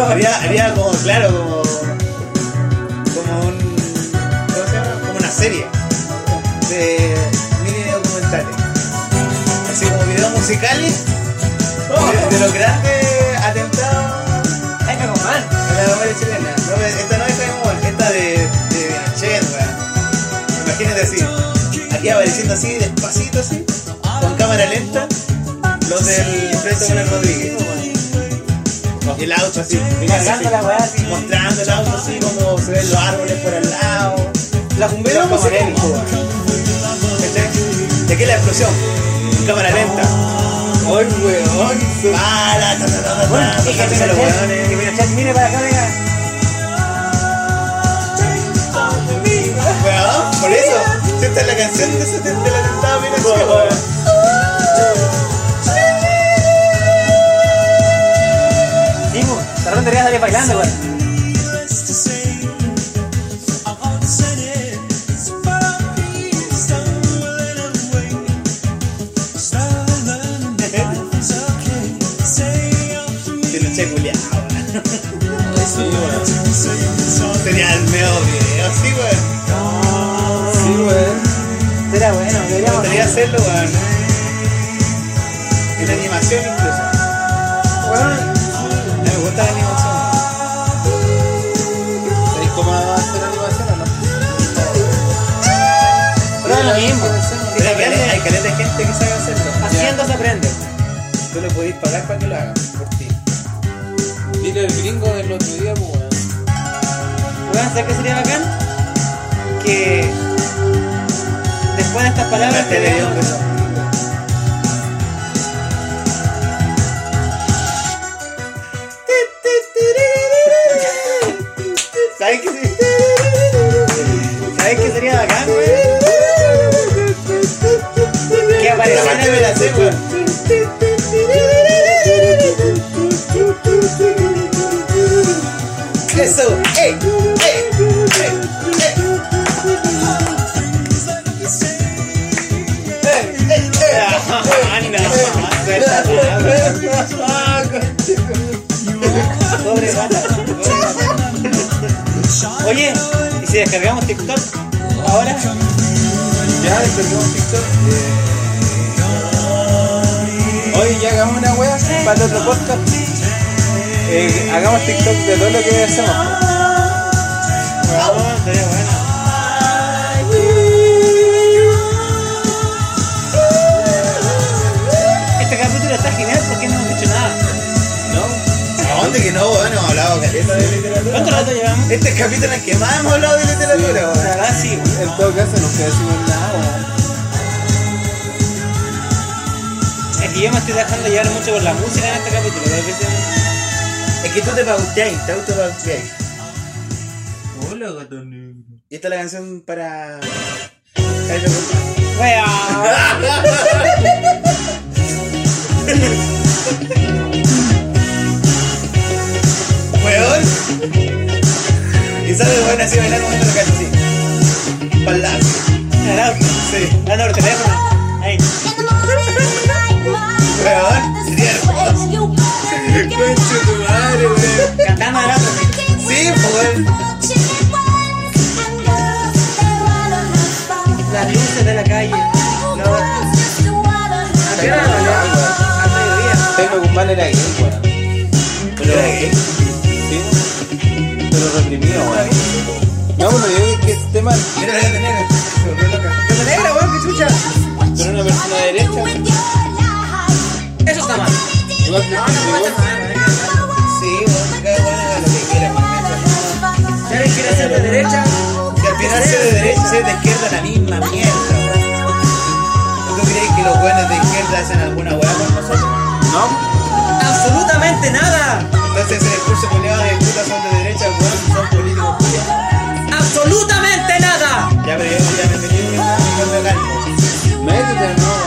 Haría, haría como, claro, como. como un. ¿Cómo se llama? Como una serie de mini documentales. Así como videos musicales de, de los grandes atentados Ay, me coman. de la memoria chilena. No, pero esta no es de Mol, esta de, de Pinochet, weón. Imagínate así. Aquí apareciendo así, despacito así, con cámara lenta, los del Preto Manuel Rodríguez. Y el auto así, Cargando la weá así. mostrando el auto así como se ven los árboles por al lado. La cumbia Los musical, camareros. po, weón. ¿Cachai? Y aquí la explosión, cámara lenta. Ay, weón. Para, ta, ta, ta, ta, Bueno, ta, y que tocándose los Pinochet- que weones. Pinochet mire para acá, venga. Weón, por eso, si esta es la canción de ese del atentado, mira, chico, weón. Sí, pues, Tarrón debería salir bailando, güey. Pinochet culiao, weón. <laughs> Sería el medio video, sí, weón. Sí, weón. Será bueno, deberíamos. Podría hacerlo, weón. En animación incluso. A mí me gusta la animación. ¿Sabéis cómo hacer animación o no? Pero es lo mismo. Pero hay caleta- hay caleta de gente que sabe hacerlo. Haciendo se aprende. Tú le podéis pagar para que lo hagan por Ah, ti. Dile el gringo del otro día, pues, weón. Weón, ¿sabes qué sería bacán? Que después de estas palabras Aparte de Dios, pues, ¿Sabes qué sería? ¿Sabes qué sería bacán, güey? Que La parte me apareciera, la sé, weón. Eso, ey, ey, ey, ey. Ey, ey, ey. pobre banda, pobre banda. Oye, ¿y si descargamos TikTok? Ahora, Ya, descargamos TikTok. Hoy Eh, ya hagamos una wea para el otro podcast. Eh, hagamos TikTok de todo lo que hacemos. po. weón, estaría bueno. Este capítulo está genial porque no hemos dicho nada. ¿A dónde que no, weón? Hemos hablado caleta de literatura. ¿Cuánto rato llevamos? Este es el capítulo en el que más hemos hablado de La literatura, weón. verdad, sí, weón. En todo caso, nunca decimos nada. Es que yo me estoy dejando llevar mucho por la música en este capítulo. pero a veces- Es que tú te pauteáis, te autopauteáis. Hola, gato negro. Y esta es la canción para. Cacho Cuca. Wea. ¡Weón! Y sabe, weón, así bailando con esta canción así. Palazo. Carajo. Sí. Dando el teléfono. Ahí. Weón, sería hermoso. deprimido, weón. No, pero yo digo que este tema es Mira, la negra. Se volvió loca. ¡Pero negra, weón! ¡Qué chucha! con una persona de derecha. Eso está mal. Igual que este Sí, bueno, cada weón haga lo que quiera. ¿Sabes quién hacer de derecha? Y al final ser de derecha y ser de izquierda la misma mierda, weón. ¿Tú crees que los buenos de izquierda hacen alguna weá con nosotros? No, ¡Absolutamente nada! Entonces ese discurso culiado de puta son de derecha, weón, son políticos culiados. ¡Absolutamente nada! Ya, pero yo ya me metí en un cambio calmo. métete, no.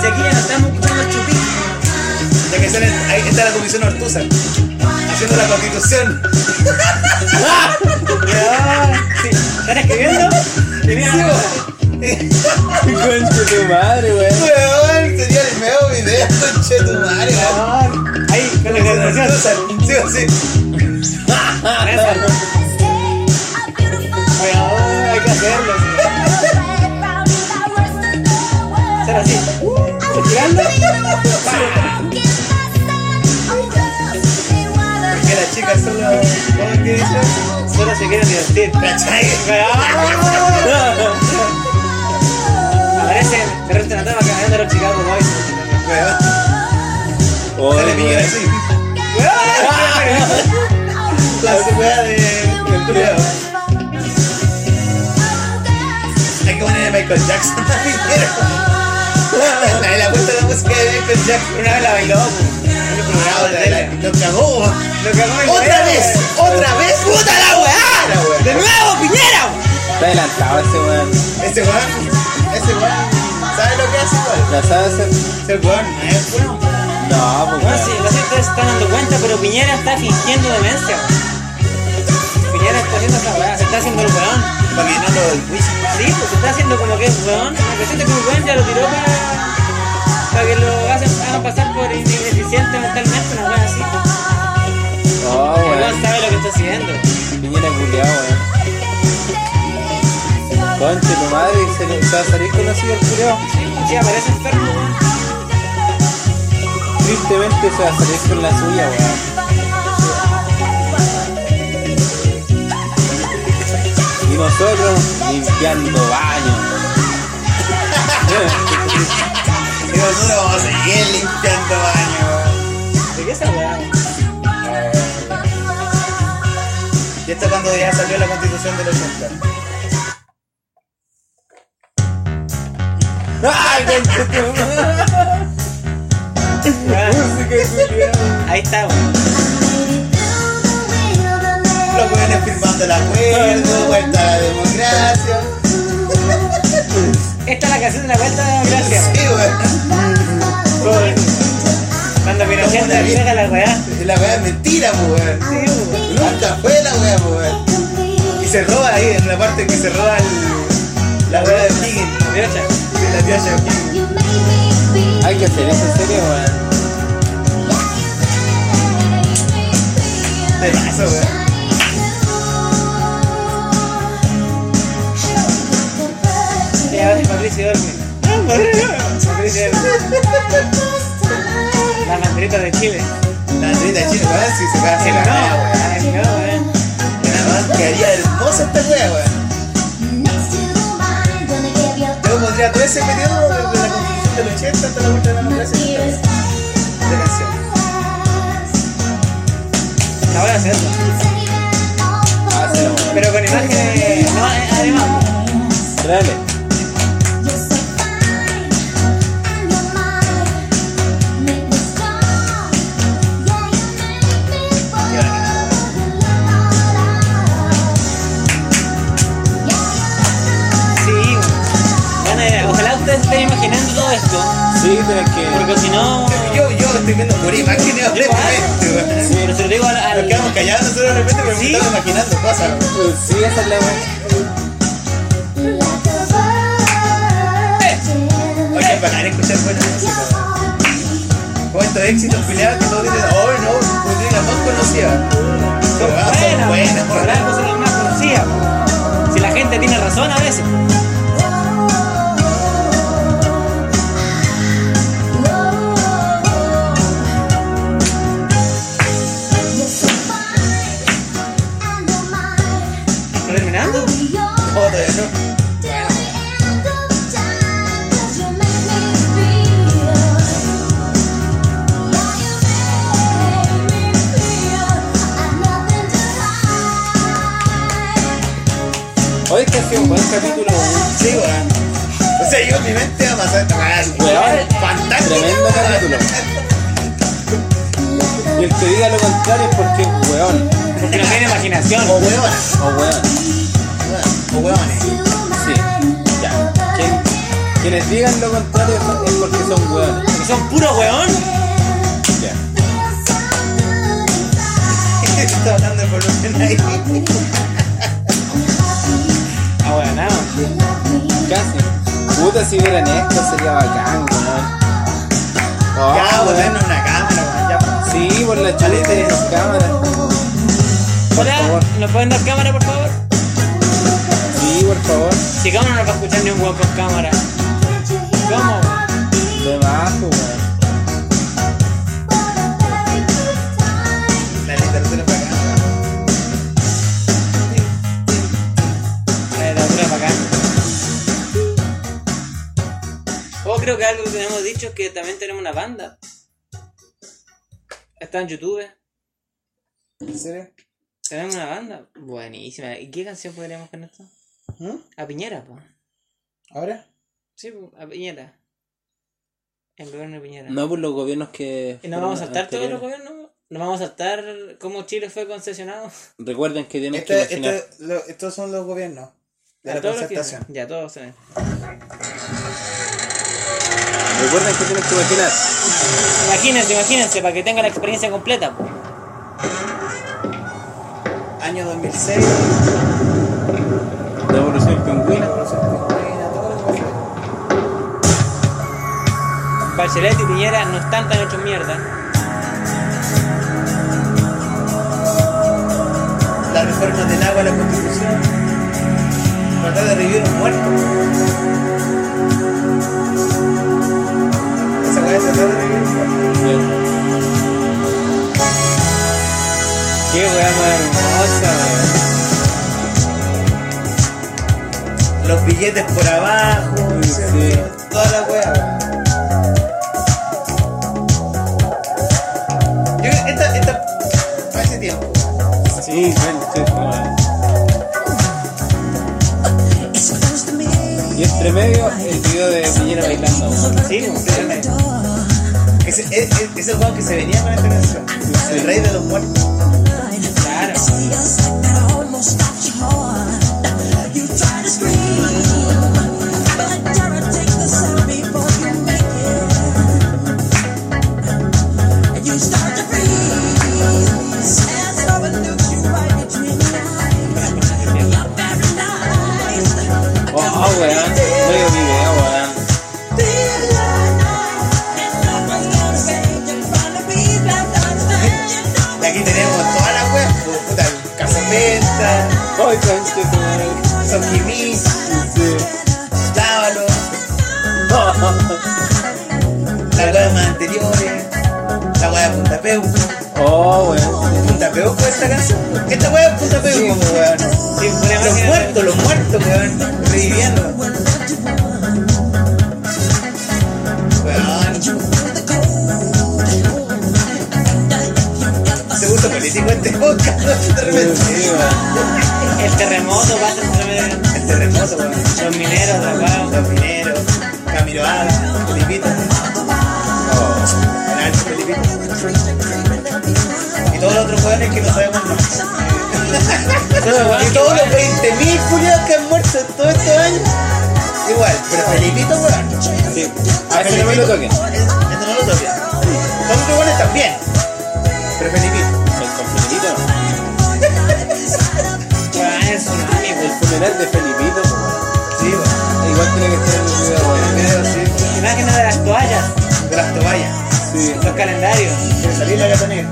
Si aquí ya no estamos escuchando el chupín. Ya que salen, ahí está la comisión Ortuza, haciendo la constitución. ¿Están escribiendo? Y mira, Conche tu madre, weón. weón, sería el mejor video, conche tu madre, weón. Ahí, con la canción. Ortuza, sí o sí. Weón, hay que hacerlo. Será así. Estirando. Que las chicas solo, ¿cómo que dicen? Solo se quieren divertir. ¿Cachai? Weón. Aparecen de repente en la tapa caminando los Chicago Boys. Weón, Oh, sale Miguel weón. así. La weá de... del culiao. Hay que poner a Michael Jackson a Piñera. La de la puesta de la música de Michael Jackson. Una vez la bailó, po. Una vez la bailó. Lo cagó, po. ¡Otra vez! ¡Otra vez! ¡Puta la weá! La weá. ¡De nuevo, Piñera! Está adelantado ese weón. Ese weón, ese weón, ¿sabes lo que hace, weón? ¿La sabe hacer? Ese weón, no es weón. No, pues No weón. sé, no sé si ustedes se están dando cuenta, pero Piñera está fingiendo demencia. weón. Piñera está haciendo esa weá, se está haciendo el weón. Para que no lo enjuicien. Sí, pues se está haciendo como que es weón. Lo siento que un weón ya lo tiró para, para que lo hacen, hagan pasar por ineficiente mentalmente, una weá así. Pues, Oh, El weón weón. sabe lo que está haciendo. Piñera culiao, weón. Conche tu madre y se le se va a salir conocido el culiao. Sí, aparece enfermo, weón. Tristemente se va a salir con la suya, weón. Y nosotros limpiando baños. Y nosotros vamos a seguir limpiando baño. ¿De qué esa weá? Y esto es cuando ya salió la constitución del 80. ¡Ay, conche tu madre! <laughs> Weón, Música culiao. Ahí está, weón. Los weones firmando el acuerdo, vuelta a la democracia. Esta es la canción de la vuelta de democracia. Sí, weón. weón. Cuando Pinochet Una le pega la weá. Y La weá es mentira, po, weón. Sí, weón. Nunca fue la weá, po, weón. Y se roba ahí, en la parte que se roba el- la weá de Higgins. De ocha. De la tía Higgins. Hay que hacer eso en serio, weón. De lazo, weón. Y ahora el Fabricio duerme. Fabricio duerme. Las banderitas de Chile. La Andrita de Chile, weón, si se va a hacer la weá, weón. Ay, no, eh, weón. Nada más quedaría hermosa esta wea, weón. Yo pondría todo ese periodo desde la constitución del 80 hasta la vuelta de la democracia. en esta wea. De canción. La voy a hacer. Hazlo, weón. Pero con imágenes. No, eh, además. Tráele. Sí. Bueno, eh, ojalá ustedes estén imaginando todo esto. Sí, pero que. Porque si no. Yo, yo estoy viendo por imágenes de repente, weón. Pero eh, se lo digo al. Nos al- quedamos callados nosotros de repente porque Sí. estamos imaginando cosas, weón. Sí, esa es la weón. Oye, para pagar escuchar buena música, weón. Como estos éxitos peleados que todos dicen, oh no, pues tienen las más conocidas. ah, Son buenas, son buenas, por weón. algo son las más conocidas. Si la gente tiene razón a veces. eso. Bueno, Hoy que ha sido un buen capítulo, weón. sí, weón. O sea, yo en mi mente va a pasar esta weá. Weón, Fantástico. tremendo capítulo. Y el que diga lo contrario es porque es weón. Porque no tiene imaginación. O huevones. O weón. O huevones. <laughs> Sí. Ya. Quien- quienes digan lo contrario son- es porque son weones. Porque son puro weón. Ya. Está hablando de volumen ahí. Ah, weón, nada. Casi. Puta, si vieran esto sería bacán, weón. Oh, Ya, weón. weón, en una cámara, weón. Ya, pues, por Sí, por la chuleta de las cámaras. Hola, favor. ¿nos pueden dar cámara, por favor? Sí, por favor. Si cámara no nos va a escuchar ni un weón con cámara. ¿Cómo? De bajo, weón. la literatura para acá. La literatura Eh, para acá. Oh, creo que algo que tenemos dicho es que también tenemos una banda. Está en YouTube. ¿En serio? Tenemos una banda. Buenísima. ¿Y qué canción podríamos poner esto? A Piñera, po. ¿Ahora? Sí, po, a Piñera. El gobierno de Piñera. No por los gobiernos que. ¿Y nos vamos a saltar todos anteriores. los gobiernos? ¿Nos vamos a saltar cómo Chile fue concesionado? Recuerden que tienen Este- que imaginar. este- lo- estos son los gobiernos <laughs> de A la todos los que- concertación. Ya, todos se ven. Recuerden que tienen que imaginar. Imagínense, imagínense, para que tengan la experiencia completa. po. Año 2006, La evolución pingüina. Bachelet y Piñera no están tan hechos mierda. la reforma del agua a la constitución, tratar de revivir un muerto. Esa weá de tratar de revivir un muerto. Qué weá más hermosa, Los billetes por abajo, Sí. toda la weá. Yo creo que esta, esta, hace tiempo. weón. Sí, bueno, Y entre medio, el video de Piñera bailando. weón. Sí, sinceramente. Ese, e- e- es el weón que se venía con esta canción. El rey de los muertos. Claro. Oh, oh, weón. Medio video, ¿eh? weón. <laughs> Y aquí tenemos todas las weas, pues, puta, Casamenta, Ay, conche, tu madre. Sojimis, Lávalo, la wea de más anteriores, la wea de Punta Peuco. <laughs> Oh, weón. Punta Peuco esta canción. pues. Esta wea es Punta Peuco, pues, weón. Sí, una Los imagen- muertos, los muertos, weón. Reviviendo. Weón. Se gusta político este podcast, de Sí, repente. weón. El terremoto pasa entre El terremoto, weón. los mineros atrapados. Los mineros, Camiroaga, Felipito, el alto Felipito. Y todos los otros jóvenes que no sabemos el nombre. y todos los 20.000 culiados que han muerto en todos estos años. Igual, pero Felipito, weón. Sí. A ese no me lo toquen. Esto no lo toquen. Los otros jóvenes también. Pero Felipito. El compañerito. Weón, es un tsunami, El weón. funeral de Felipito, weón. Sí, weón. Igual tiene que estar en el video, weón. Pero sí, Imágenes de las toallas, de las toallas. Sí. los calendarios. De salir la gata negra.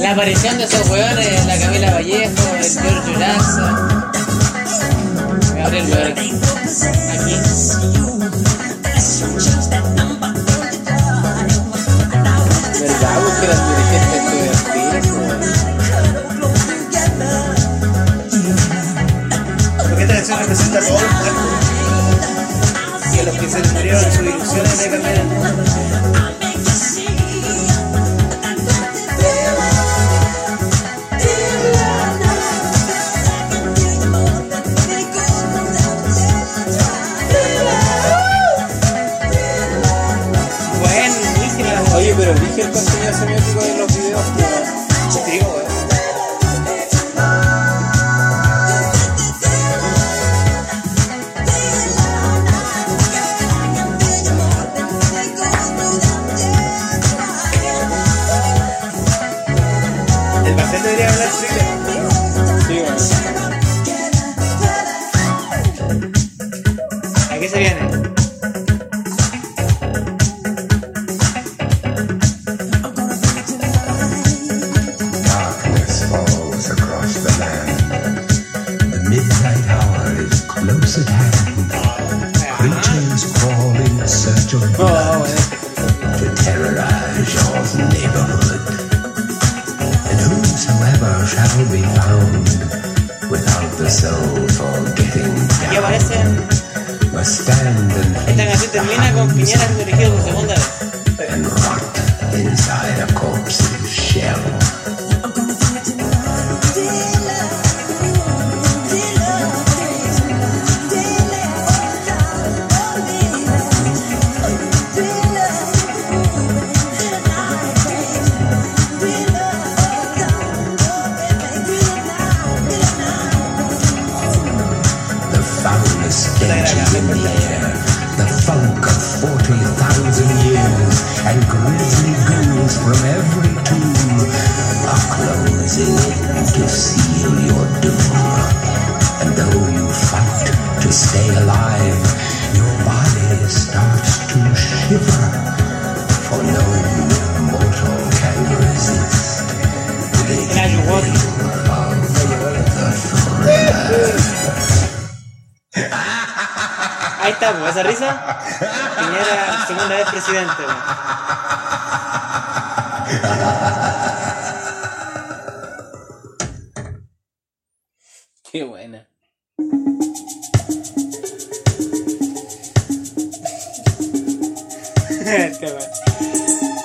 La aparición de esos weones, la Camila Vallejo, el Giorgio Lanza. hacer, weón. ¿Verdad? Vos que la inteligencia estudiantil, weón. Porque esta canción representa todo el cuerpo. Y a los que se les murieron sus ilusiones de cambiar el mundo. Buenísima. Oye, pero dije el contenido semiótico de los videos, weón. Te digo, weón. El pastel debería hablar chile. Sí, weón. ¿A qué se viene? Darkness falls across the land. The midnight hour is close at hand. Creatures crawl in search of blood to terrorize your neighborhood. And whosoever shall be found without the soul for getting Aquí down aparecen. must stand and Esta hate canción termina con Piñera siendo elegido por segunda vez. and rot inside a corpse's shell. The foulest stenches in the air. The funk of 40,000 years and grisly ghouls from every tomb are closing in to seal your doom. And though you fight to stay alive, your body starts to shiver. For no mortal can resist the Era yo, vos. Ahí está, po, esa risa. Piñera, segunda vez presidente. po. Qué buena. <laughs> Qué bueno.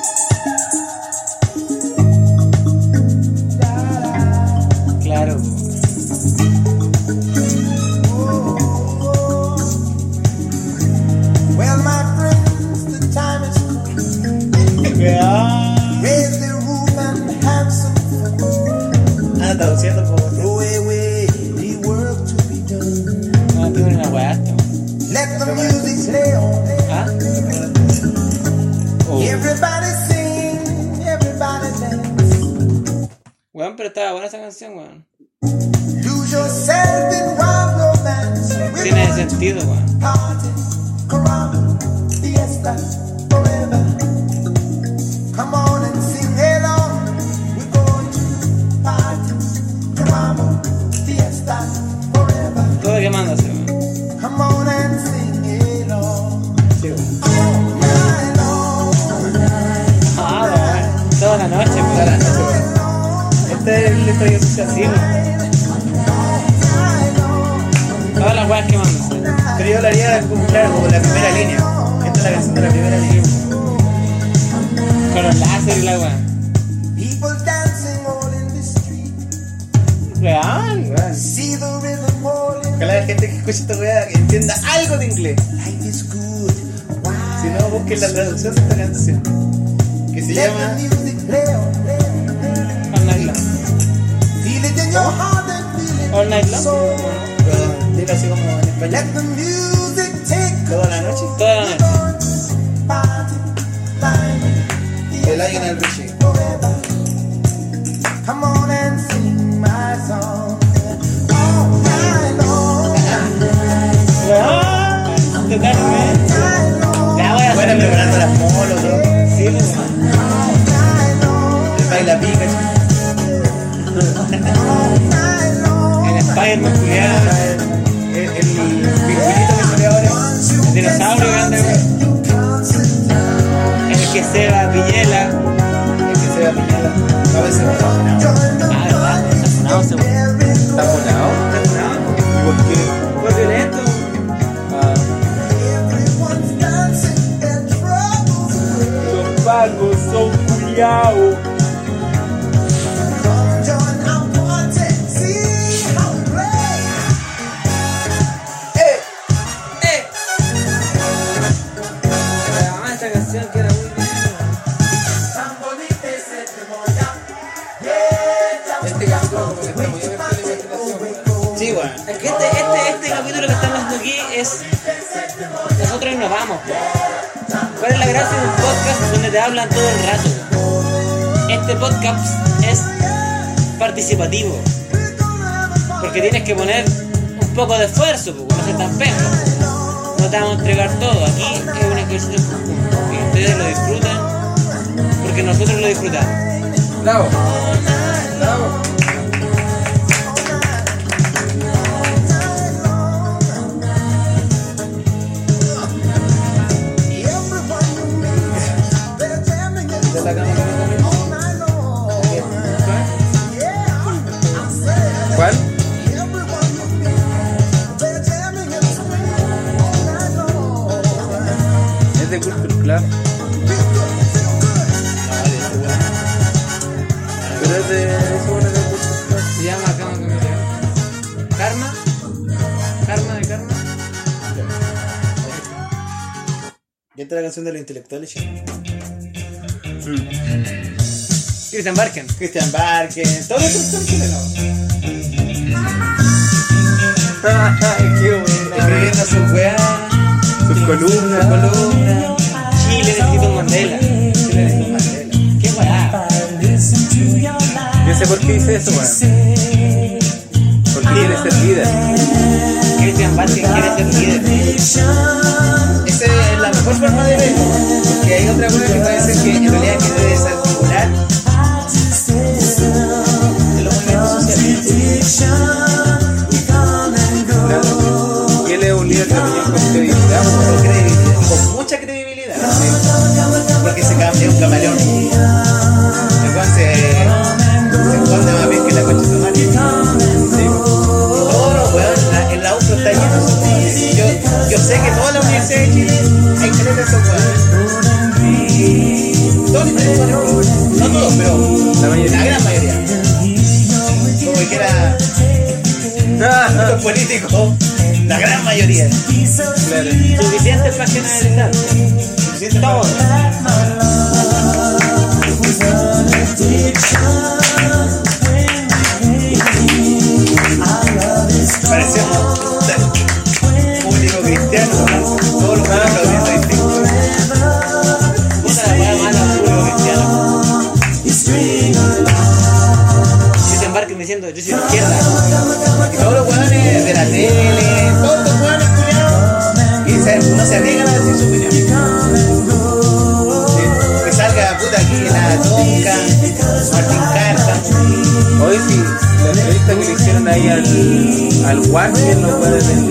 Claro. po. Well, my friends, the time is come. Ah, Raise the roof and have some fun. Ah, traduciendo por. Throw away the work to be done. No, tú eres una weá, este, po. Let the music play on. ¿Ah? 哦 Oh. Everybody sing, everybody dance. Weón, pero estaba buena esa canción, weón. Lose yourself in wild romance. We're Tiene going to sentido, weón. party, caramba, fiesta, forever. Come on and sing along. We're going to party, caramba, fiesta, forever. Todo quemándose, weón. Come on and sing along. Sí, weón. All night long. Ah, weón. Toda la noche, weón. Toda la Este es el estadio social. Sí, weón. Todas las weas quemándose. Pero yo lo haría como, claro, como la primera línea. Esta es la canción de la primera línea. Con los láser y la weá. People dancing all in the street. Weón. See the rhythm all in. Ojalá la gente que escuche esta weá que entienda algo de inglés. Life is good. Why? Si no, busquen la traducción de esta canción. Que se Let llama. the music play on, play on. All night long. Feel it in your heart and feel it. All night in your soul. long. Perdón, dilo así como en español. Let the music take Toda la noche. Toda la We're noche. going to party, climb, El Lionel Richie. forever. Come on and sing my song. All night long, Ah. Weón. Totalmente. night long, Ya voy a Bueno, hacer. preparando las molos, ¿no? Sí, weón. night long, El baila pica. night long. El Spider-Man, culiado. El, el, que se va Villela. El que se va a piñala. A veces no. Ah, ¿verdad? Está sonado ese weón. ¿Está funado? Está sonado. ¿Y por qué? Por violento. Ah. Los pagos son culiao. Además, esta canción que era muy buena. Este cabrón se está muy bien con la imaginación. weón. Sí, weón. Es que este, este, este capítulo que estamos haciendo aquí es. Nosotros innovamos. po. ¿Cuál es la gracia de un podcast donde te hablan todo el rato? Este podcast es participativo. Porque tienes que poner un poco de esfuerzo, porque no se tan pejo. No te vamos a entregar todo. Aquí es un ejercicio en conjunto. Y ustedes lo disfrutan porque nosotros lo disfrutamos. Bravo. Bravo. ¿Cuál? Es de Culture Club. Pero es de. Es una de Culture Club. Se llama Karma Karma. Karma de Karma. Ya entra la canción de los intelectuales. ya. Cristian Barken. Christian Barken. Todos los son chilenos. Qué buena. Escribiendo sus weas. Sus columnas. columna. Chile de Tito Mandela. Chile de Mandela. Qué weá. Yo sé por qué dice eso, weón. Porque quiere ser líder. Cristian Vázquez quiere ser líder. Esa es la mejor forma de verlo. Porque hay otra cosa que parece que en realidad quiere desarticular de los movimientos sociales. Claro. Y él es un líder también con credibilidad, weón. <laughs> Con credibilidad. Con mucha credibilidad. sí. Porque se cambia un camaleón. El cual se, se esconde más bien que la concha de su madre. Todos los weón, la- el auto está lleno de esos weones. Yo, yo sé que toda la Universidad de Chile hay tres de esos weones. Todos los intelectuales, no todos, pero La mayoría. la gran mayoría. Como que era Ah, los políticos, la gran mayoría. claro. Suficiente para generalizar. Todo. Parecemos público cristiano, todos los aplaudiendo distintos. Puta la weá mala, puro cristiano. Cristian Barken diciendo, yo soy de izquierda. Y todos los hueones de la tele, todos los hueones culiados, y se- no se arriesgan a decir su opinión. Sí, Que salga puta aquí la tonca, Martín Carta, Hoy sí, la entrevista que le hicieron ahí al, al Walker, los weones del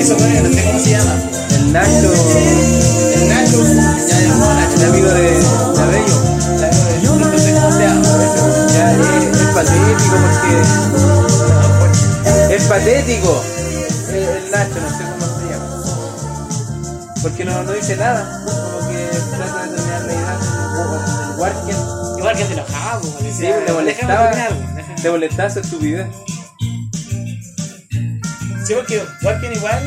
esos hueones no sé cómo se llama. el Nacho, El Nacho, ya llamó a Nacho, el amigo de, de Abello. la- no sé cómo se llama. Ya es, es patético porque. ¡Es patético! El, el Nacho, no sé cómo se llama. Porque no, no dice nada, como que trata de terminar la idea del- del Walker. Igual que te enojaba, po, le Sí, decía, le molestaba. "Déjame terminar, weón, déjame". Le molestaba su estupidez. Sí, porque Walken igual,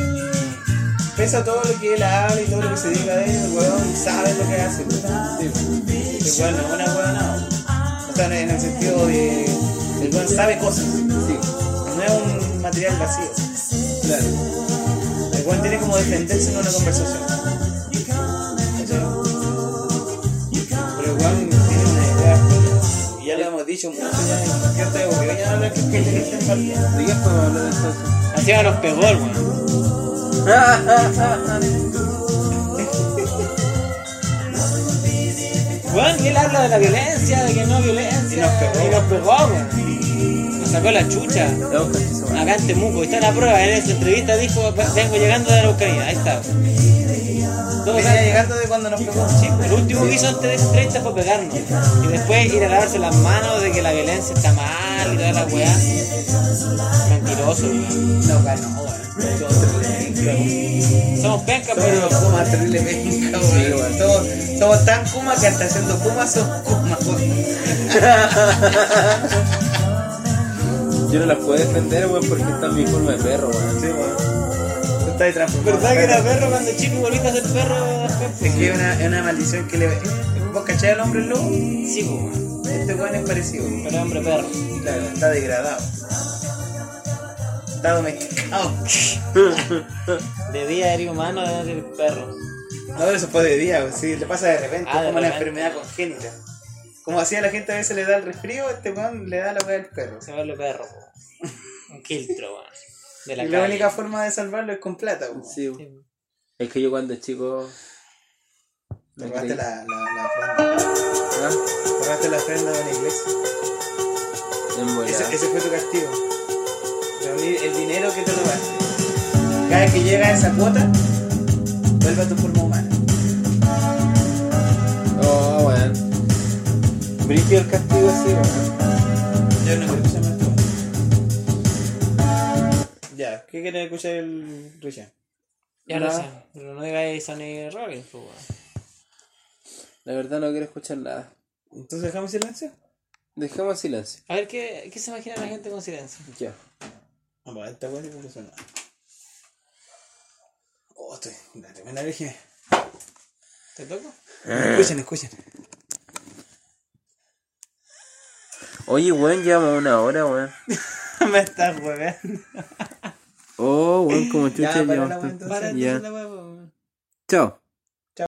pese a todo lo que él habla y todo lo que se diga de él, el weón sabe lo que hace. Sí, el weón no es una weón, O sea, en el sentido de. El weón sabe cosas. Sí, No es un material vacío. claro. El weón tiene como defenderse en una conversación. ¿Cachai? Pero el weón tiene una idea. Y ya lo hemos dicho mucho ya. Ya estoy aburrido ya de hablar que que- ¿De qué podemos hablar entonces? Así que nos pegó el weón. Weón, y él habla de la violencia, de que no violencia. Y nos pegó. Y nos pegó, weón. Nos sacó la chucha. Ya, busca su madre. Acá en Temuco, está la prueba, en esa entrevista dijo, vengo llegando de la Araucanía, ahí está. todo Venía caso. llegando de cuando nos pegó. Sí, el último que hizo antes de 30 fue pegarnos. Y después ir a lavarse las manos de que la violencia está mal y toda la weá. Mentiroso, weón. No ganó, weón. Somos terrible Somos pencas, Somos pero. los Kumas, terrible penca, weón. Somos, somos tan Kuma que hasta siendo Kuma son Kuma, Yo no las puedo defender, weón, porque está en mi forma de perro, weón. Está de transformado. ¿Verdad que era perro cuando chico y volviste a ser perro? Es que es una, es una maldición que le. ¿Vos cachás al hombre lobo? Sí, pues, weón. Este weón es parecido. Pero hombre perro. Claro, está degradado. Está domesticado. De día eres humano, de noche eres perro. No, pero eso fue de día, pues, sí, le pasa de repente, Ah, es de como una repente. enfermedad congénita. Como hacía la gente a veces le da el resfrío, este weón le da la weá del perro. Se vuelve perro, po. Un quiltro, weón. De la Y la calle. única forma de salvarlo es con plata, weón. Sí, weón. Es que yo cuando chico. Te me robaste creí- la, la, la ofrenda. ¿Ah? Te robaste la ofrenda de una iglesia. En volada. Ese, ese fue tu castigo. Reunir el dinero que te robaste. Cada vez que llega a esa cuota, vuelve a tu forma humana. Oh, weón. Brígido el castigo así, weón. Yo no quiero escuchar más tu Ya, ¿qué quiere escuchar el Richard? Ya lo No. sé. Pero no digáis Sonny Rollins, po, weón. La verdad no quiero escuchar nada. Entonces dejamos silencio. Dejemos silencio. A ver, ¿qué, ¿qué se imagina la gente con silencio? Ya. Vamos, Ah, pues, esta weá sí como que suena. Oh, estoy. La tremenda virgen. ¿Te toco? <laughs> Escuchen, escuchen. Oye, weón, llevamos una hora, weón. Me estás hueveando. Oh, weón, como Ya, chucha para la llevamos weá tanto. entonces. Para Ya. entonces la huevo, weón. Chao.